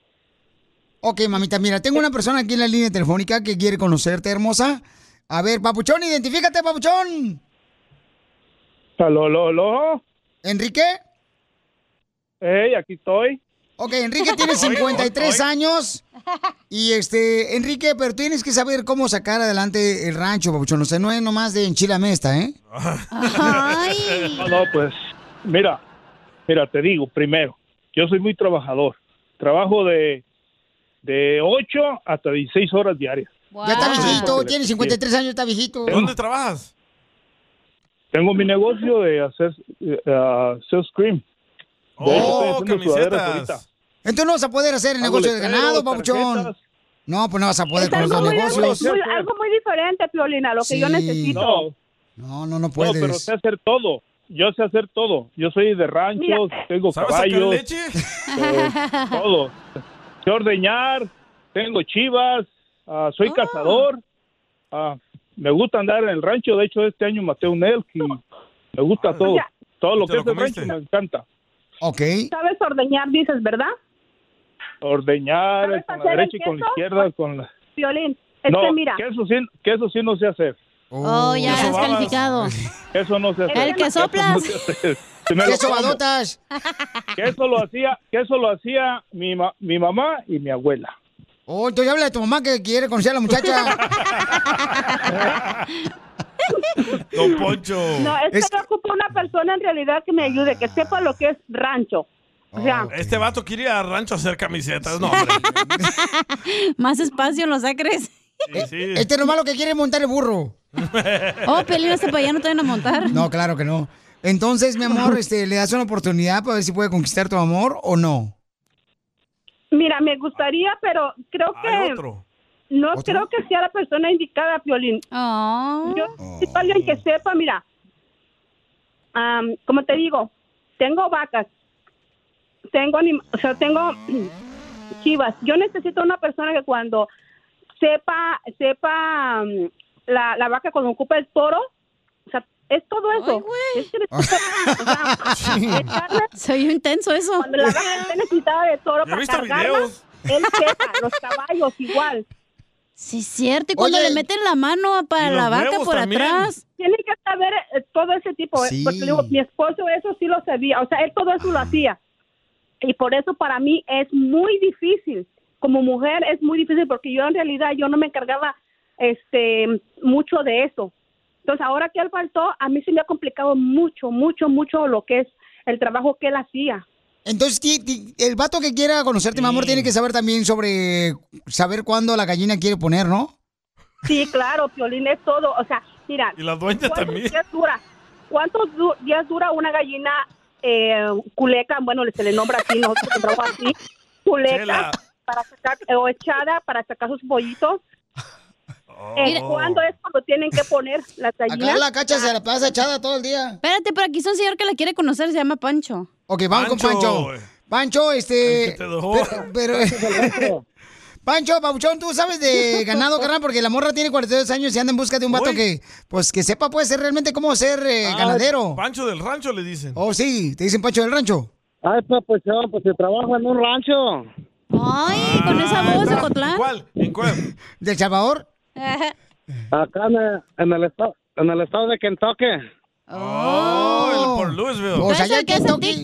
S3: Ok, mamita, mira, tengo una persona aquí en la línea telefónica que quiere conocerte, hermosa. A ver, papuchón, identifícate, papuchón.
S20: Aló, aló, aló.
S3: ¿Enrique?
S20: Hey, aquí estoy.
S3: Ok, Enrique
S19: [LAUGHS]
S3: tiene 53 años. Y este, Enrique, pero tienes que saber cómo sacar adelante el rancho, papuchón. O sea, no es nomás de enchilame esta, ¿eh?
S23: No, no, pues, mira, mira, te digo, primero, yo soy muy trabajador. Trabajo de, de 8 hasta 16 horas diarias.
S3: Ya está viejito, tiene 53 años, está viejito.
S23: ¿Dónde
S4: trabajas?
S23: Tengo mi negocio de hacer, eh, ah, hacer cream. De hecho, estoy haciendo sudaderas ahorita.
S3: Oh, Entonces no vas a poder hacer el
S23: Hago
S3: negocio de
S23: letreros,
S3: ganado, papuchón.
S23: tarjetas.
S3: No, pues no vas a poder
S23: Es
S3: con los
S23: algo
S3: dos
S23: muy-
S3: negocios.
S23: muy-
S3: [LAUGHS]
S19: Algo muy diferente, Piolina, lo que yo
S23: Sí.
S19: necesito.
S23: No.
S3: No, no, no
S23: No, pero
S3: puedes.
S23: sé hacer todo. Yo sé hacer todo. Yo soy de ranchos,
S19: Mira.
S23: tengo
S19: ¿Sabes sacar
S23: caballos.
S19: leche?
S23: [LAUGHS] eh,
S19: [LAUGHS]
S23: todo. Sé ordeñar, tengo chivas, ah,
S19: Oh.
S23: soy cazador. ah, me gusta andar en el rancho. De hecho, este año maté un elk y me gusta todo.
S19: Ah, Ya.
S23: Todo
S19: ¿Y
S23: lo
S19: te
S23: que
S19: lo
S23: es el
S19: comiste?
S23: rancho me encanta.
S3: Ok.
S19: Sabes ordeñar, dices, ¿verdad?
S23: Ordeñar eh, con la
S19: hacer el
S23: derecha y con la
S19: queso?
S23: izquierda. Con la...
S19: Piolín, es
S23: no,
S19: que mira.
S23: Que eso, sí, que eso sí no sé hacer.
S7: Oh, ya
S23: Eso babas.
S7: descalificado.
S23: Eso no se hace.
S7: El
S23: [LAUGHS]
S7: que
S23: Eso no
S7: soplas.
S23: se hace. Si me lo
S3: Queso
S23: como.
S3: badotas.
S23: Que eso lo hacía, que eso lo hacía mi, ma- mi mamá y mi abuela.
S3: Oh, entonces habla de tu mamá que quiere conocer a la muchacha.
S4: Don Poncho.
S19: [LAUGHS] No, es, que yo ocupo una persona en realidad que me ayude, que sepa lo que es rancho. O sea,
S4: Este vato quiere ir al rancho a hacer camisetas. No, hombre.
S7: [LAUGHS] Más espacio en los acres.
S4: Sí.
S3: Este nomás lo que quiere es montar el burro.
S7: Oh, Piolín, este para allá no te van a montar.
S3: No, claro que no. Entonces, mi amor, este, ¿le das una oportunidad para ver si puede conquistar tu amor o no?
S19: mira, me gustaría, pero creo
S3: Ah,
S19: que no
S3: ¿Otro?
S19: creo que sea la persona indicada, Piolín. Yo necesito a alguien que sepa, mira, am, como te digo, tengo vacas, tengo anim- o sea, tengo [CLEARS THROAT] chivas. Yo necesito una persona que cuando sepa, sepa am, la, la vaca cuando ocupa el toro, o sea, es todo eso. Es que
S7: Se oye intenso eso.
S19: Cuando la vaca esté necesitada de toro
S7: Yo he
S19: para
S7: visto
S19: cargarla,
S7: videos.
S19: él sepa, los caballos igual.
S7: Sí, es cierto. Y cuando le meten la mano para la vaca por atrás.
S19: Tiene que saber eh, todo ese tipo. eh,
S7: Sí.
S19: Porque le digo, mi esposo eso sí lo sabía. O sea, él todo eso lo hacía. Y por eso para mí es muy difícil. Como mujer es muy difícil porque yo en realidad yo no me encargaba este mucho de eso. Entonces ahora que él faltó, a mí se me ha complicado mucho, mucho, mucho lo que es el trabajo que él hacía.
S3: Entonces, ti- ti- el vato que quiera conocerte, mi amor, tiene que saber también sobre saber cuándo la gallina quiere poner, ¿no?
S19: Sí, claro, Piolín es todo. O sea, mira.
S3: Y la dueña
S19: ¿cuántos
S3: también.
S19: Días dura? ¿Cuántos du- días dura una gallina eh, culeca? Bueno, se le nombra así, nosotros le nombramos
S3: [LAUGHS]
S19: así. Culeca,
S1: Chela.
S19: para sacar, eh, o echada, para sacar sus pollitos.
S3: Oh.
S19: Eh,
S23: Oh.
S19: ¿Cuándo es cuando tienen que poner
S20: [LAUGHS]
S19: las gallinas?
S3: la cacha se la pasa echada todo el día.
S7: Espérate, pero aquí es un señor que la quiere conocer, se llama Pancho.
S3: Ok, vamos con Pancho. Pancho, este.
S20: [LAUGHS]
S3: Pero, pero- [LAUGHS] Pancho, Pabuchón, tú sabes de ganado, carnal, porque la morra tiene 42 años y anda en busca de un vato que, pues, que sepa, puede ser realmente cómo ser eh, [LAUGHS]
S4: Ah,
S3: ganadero.
S4: Pancho del rancho le dicen.
S3: Oh, sí, te dicen Pancho del Rancho.
S20: Ay, papuchón, pues se trabaja en un rancho.
S7: Ay, con
S4: Ah,
S7: esa voz de Cotlán.
S4: ¿Cuál? ¿En cuál?
S3: ¿Del Salvador?
S20: Acá en el, en el estado, en el estado de Kentucky.
S4: Oh, el por Louisville.
S3: Pues allá en Kentucky.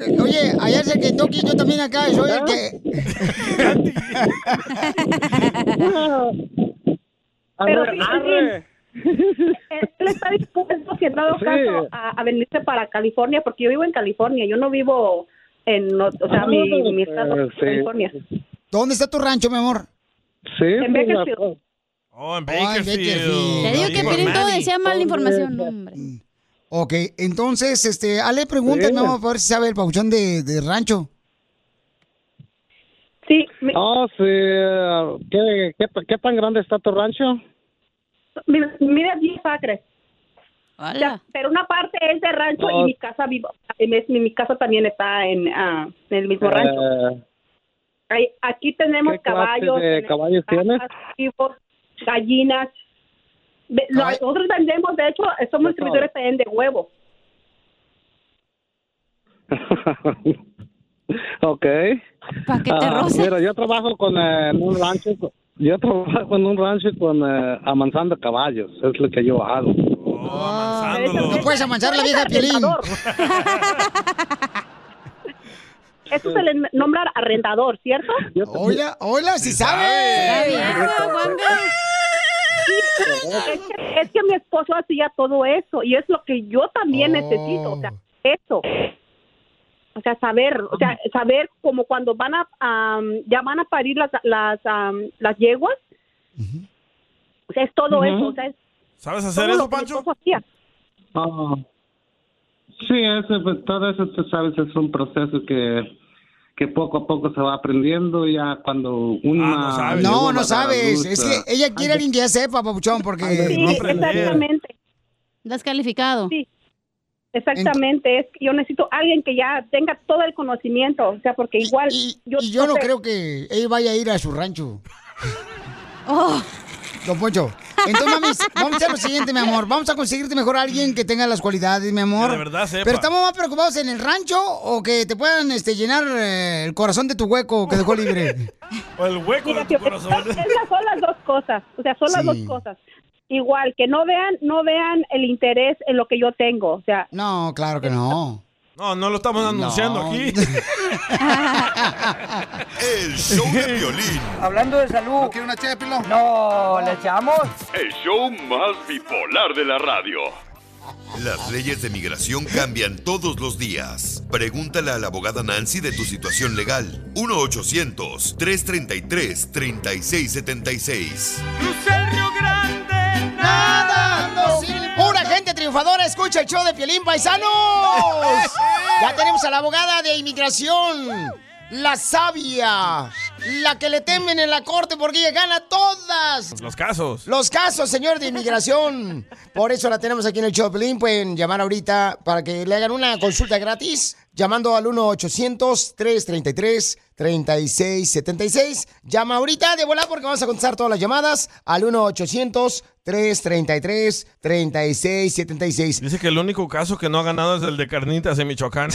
S3: Eh, Oye, allá es el Kentucky, yo también acá, soy el que. [LAUGHS]
S19: Pero
S20: Arre,
S19: sí,
S20: arre.
S19: Piolín, él está dispuesto, si en dado
S20: Sí.
S19: caso, a, a venirse para California, porque yo vivo en California, yo no vivo en, o sea,
S20: Ah,
S19: mi, mi estado
S20: pues,
S19: es
S20: sí.
S19: California.
S3: ¿Dónde está tu rancho, mi amor?
S20: Sí,
S19: En
S20: pues,
S19: Bakersfield.
S20: la-
S4: Oh, en
S3: Bakersfield.
S7: Te digo que Piolín todo decía mala información, no, hombre.
S3: Ok, entonces, este, Ale, pregúntame,
S20: Sí.
S3: vamos a ver si sabe el Pabuchón de, de rancho.
S19: Sí.
S20: Oh, sí. ¿Qué, qué, qué tan grande está tu rancho?
S19: Mira, mira 10 acres. O sea, pero una parte es de rancho
S20: Oh.
S19: y mi casa vivo, es- mi, mi casa también está en, ah, en el mismo rancho.
S20: Eh,
S19: Ahí- aquí tenemos
S20: ¿Qué clase
S19: caballos,
S20: de
S19: tenemos
S20: caballos tienes?
S19: vacas, chivos, gallinas. Ve- lo- Nosotros vendemos, de hecho, eh, somos distribuidores también de huevo.
S20: [LAUGHS] ok.
S7: ¿Para
S20: qué te Mira, yo trabajo con, eh, en un rancho. con- Yo trabajo en un rancho con eh, amansando caballos. Es lo que yo hago. Ah,
S3: No
S19: [LAUGHS]
S3: puedes amansar la vieja de Piolín.
S19: eso se le nombra arrendador, ¿cierto?
S3: Hola, hola, si sabe.
S19: Es que, es que mi esposo hacía todo eso y es lo que yo también necesito, o sea, eso. O sea, saber, o sea, saber como cuando van a, am, ya van a parir las, las, am, las yeguas. O sea, es todo
S25: Ujú.
S19: eso, o sea, es
S4: ¿Sabes hacer
S19: todo
S4: eso,
S19: lo que mi
S4: Pancho?
S19: esposo hacía.
S25: Ah, sí, eso, pues, todo eso, tú sabes, es un proceso que, que poco a poco se va aprendiendo. Ya cuando una.
S3: No, no sabes. Es que ella quiere a alguien que ya sepa, papuchón, porque.
S25: Sí, no aprender.
S19: exactamente.
S32: Descalificado.
S19: Sí. Exactamente, es que yo necesito alguien que ya tenga todo el conocimiento, o sea, porque igual yo,
S3: Y yo no
S19: sé-
S3: creo que él vaya a ir a
S7: [LAUGHS]
S3: su rancho.
S7: Oh.
S3: Don Poncho. Entonces, mami, vamos a hacer lo siguiente, mi amor. Vamos a conseguirte mejor a alguien que tenga las cualidades, mi amor.
S4: Que de verdad sepa.
S3: Pero estamos más preocupados en el rancho o que te puedan este, llenar eh, el corazón de tu hueco que dejó libre.
S4: O el hueco de tu corazón.
S19: Esas son las dos cosas, o sea, son las
S3: Sí.
S19: dos cosas. Igual que no vean, no vean el interés en lo que yo tengo, o sea.
S3: No, claro que no.
S4: No, no lo estamos anunciando
S12: [LAUGHS]
S4: aquí.
S12: El show de violín.
S5: Hablando de salud. ¿No una No, ¿le echamos?
S8: El show más bipolar de la radio.
S12: Las leyes de migración cambian todos los días. Pregúntale a la abogada Nancy de tu situación legal. 1-800-333-3676.
S3: ¡Nada! ¡No sirve! ¡Pura gente triunfadora! ¡Escucha el show de Pielín Paisanos! Ya tenemos a la abogada de inmigración, la sabia, la que le temen en la corte porque ella gana todas
S4: Los casos.
S3: los casos, señor de inmigración. Por eso la tenemos aquí en el show de Piolín. Pueden llamar ahorita para que le hagan una consulta gratis llamando al 1-800-333-3676. Llama ahorita de volar porque vamos a contestar todas las llamadas al 1-800-333-3676.
S4: Dice que el único caso que no ha ganado es el de carnitas en Michoacán.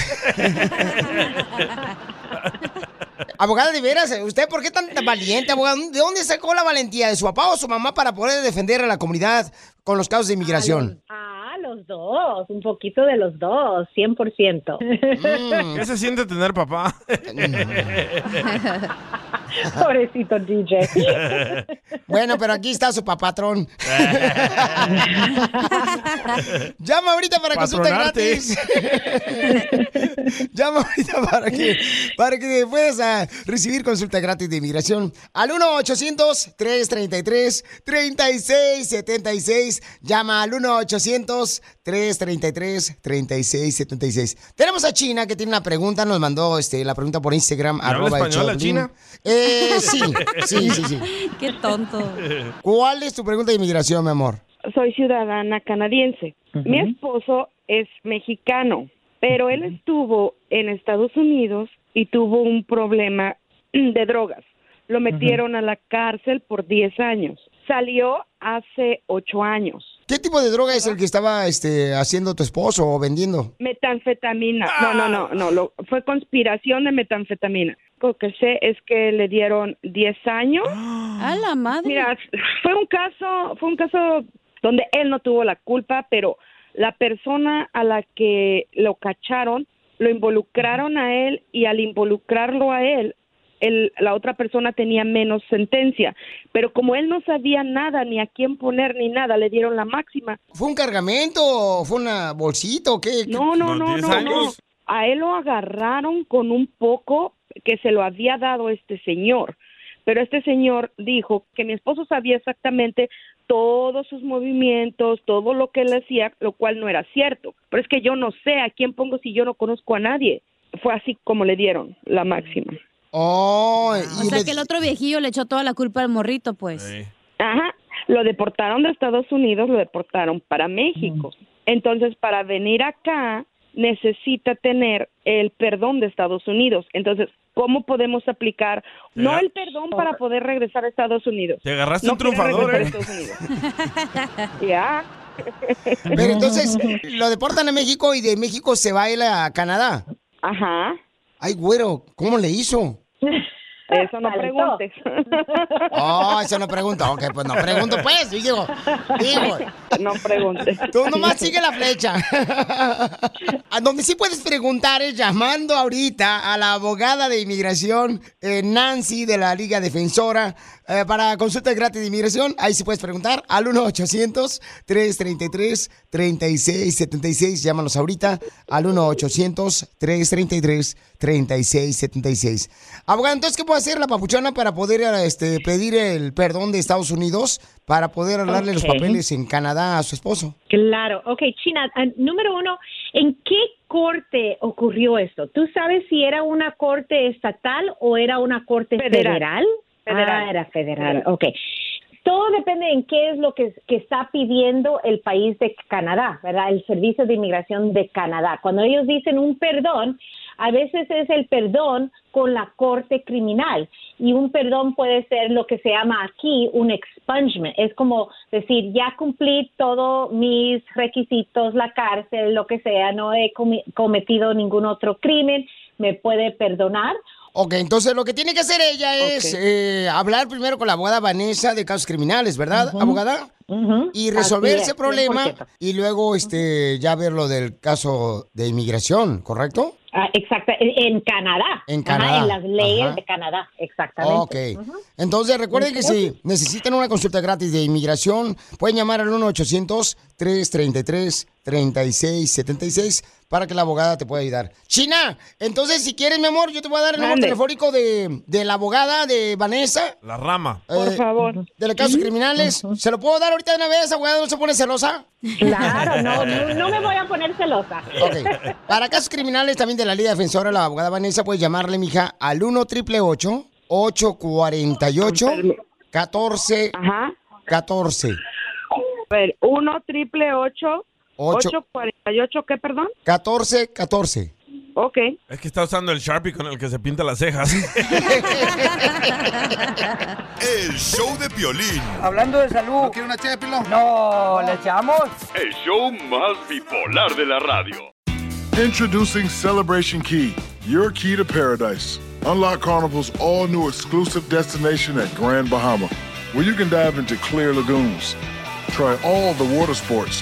S3: Abogada, de veras, ¿usted por qué tan valiente, abogada? ¿De dónde sacó la valentía? ¿De su papá o su mamá para poder defender a la comunidad con los casos de inmigración?
S30: Ah, los dos, un poquito de los dos, 100%.
S32: Mm.
S4: ¿Qué se siente tener papá? [LAUGHS]
S3: Mm.
S30: Pobrecito DJ.
S3: Bueno, pero aquí está
S4: [LAUGHS]
S3: su papatrón. Llama ahorita para consulta
S4: Patronarte.
S3: gratis. [LAUGHS] Llama ahorita para que, para que puedas ah, recibir consulta gratis de inmigración al 1-800-333-3676. Llama al 1-800-333-3676. Tenemos a China que tiene una pregunta, nos mandó este, la pregunta por Instagram.
S4: habla
S3: arroba el
S4: español la
S3: Choplin.
S4: China?
S3: Eh,
S4: [LAUGHS]
S3: sí, sí, sí, sí.
S30: Qué tonto.
S3: ¿Cuál es tu pregunta de inmigración, mi amor?
S30: Soy ciudadana canadiense.
S3: Ujú.
S30: Mi esposo es mexicano, pero él estuvo en Estados Unidos y tuvo un problema de drogas. Lo metieron a la cárcel por 10 años. Salió hace 8 años.
S3: ¿Qué tipo de droga es el que estaba este, haciendo tu esposo o vendiendo?
S30: Metanfetamina. No, no, no, no. lo-
S3: Ah.
S30: fue conspiración de metanfetamina. Lo que sé es que le dieron 10 años. A la madre. Mira, fue un caso, fue un caso donde él no tuvo la culpa, pero la persona a la que lo cacharon, lo involucraron a él y al involucrarlo a él, el- la otra persona tenía menos sentencia. Pero como él no sabía nada, ni a quién poner, ni nada, le dieron la máxima.
S3: ¿Fue un cargamento o fue una bolsita o qué?
S30: No, no, no, no, no. A él lo agarraron con un poco que se lo había dado este señor. Pero este señor dijo que mi esposo sabía exactamente todos sus movimientos, todo lo que él hacía, lo cual no era cierto. Pero es que yo no sé a quién pongo si yo no conozco a nadie. Fue así como le dieron la máxima.
S3: Oh,
S32: [LAUGHS] O sea que el otro viejillo le echó toda la culpa al morrito, pues.
S30: Ajá, lo deportaron de Estados Unidos, lo deportaron para México. Entonces, para venir acá necesita tener el perdón de Estados Unidos. Entonces, ¿cómo podemos aplicar no
S4: Ajá.
S30: el perdón para poder regresar a Estados Unidos?
S4: Te agarraste
S30: No
S4: un
S30: quiere
S4: triunfador,
S30: regresar a
S4: ¿eh?
S30: Estados Unidos. [LAUGHS] Ya.
S3: [LAUGHS] Pero entonces, lo deportan a México y de México se va él a Canadá.
S30: Ajá.
S3: Ay, güero, ¿cómo le hizo?
S30: Eso no preguntes.
S3: Oh, eso no pregunta. Ok, pues no pregunto,
S30: [LAUGHS]
S3: pues. Y digo, digo.
S30: No preguntes.
S3: Tú nomás sigue la flecha. A donde sí puedes preguntar es llamando ahorita a la abogada de inmigración, eh, Nancy, de la Liga Defensora, eh, para consultas gratis de inmigración. Ahí sí puedes preguntar al 1-800-333-3676. Llámanos ahorita al 1-800-333-3676. Abogada, entonces, ¿qué puede hacer la papuchona para poder este, pedir el perdón de Estados Unidos para poder darle los
S32: Ok.
S3: papeles en Canadá a su esposo?
S32: Claro, ok, China, ah, número uno, ¿en qué corte ocurrió esto? ¿Tú sabes si era una corte estatal o era una corte federal?
S30: Federal. Federal.
S32: Ah, era federal, ok. Todo depende en qué es lo que, que está pidiendo el país de Canadá, ¿verdad? El Servicio de Inmigración de Canadá. Cuando ellos dicen un perdón, a veces es el perdón con la corte criminal y un perdón puede ser lo que se llama aquí un expungement. Es como decir, ya cumplí todos mis requisitos, la cárcel, lo que sea, no he comi- cometido ningún otro crimen, me puede perdonar.
S3: Ok, entonces lo que tiene que hacer ella es eh, hablar primero con la abogada Vanessa de casos criminales, ¿verdad, abogada? Y resolver
S32: Así
S3: ese
S32: es,
S3: problema
S32: 100%.
S3: y luego este ya ver lo del caso de inmigración, ¿correcto?
S32: Ah, exacto, en, en Canadá.
S3: En
S32: Ajá,
S3: Canadá,
S32: en las leyes
S3: ajá.
S32: de Canadá, exactamente.
S3: Ok. Entonces recuerden que si
S32: Ujú.
S3: necesitan una consulta gratis de inmigración, pueden llamar al 1-800-333-3676 para que la abogada te pueda ayudar. China, entonces si quieres, mi amor, yo te voy a dar el número
S4: Mande.
S3: telefónico de, de la abogada de Vanessa.
S4: La rama.
S3: eh, De los casos criminales. ¿Se lo puedo dar ahorita de una vez, abogada? ¿No se pone celosa?
S32: Claro, no, no, [LAUGHS] no me voy a poner celosa.
S3: Ok. Para casos criminales también de la Liga Defensora, la abogada Vanessa puede llamarle, mija, al 1 triple 848 14 14
S33: A ver, 1 triple 8
S3: Ocho.
S33: 848, ¿qué, perdón?
S3: 14 14.
S33: Ok.
S4: Es que está usando el Sharpie con el que se pinta las cejas.
S34: El show de Piolín.
S5: Hablando de salud. ¿No quiere una ché de pilón? No, ¿le echamos?
S8: El show más bipolar de la radio.
S1: Introducing Celebration Key, your key to paradise. Unlock Carnival's all new exclusive destination at Grand Bahama, where you can dive into clear lagoons, try all the water sports,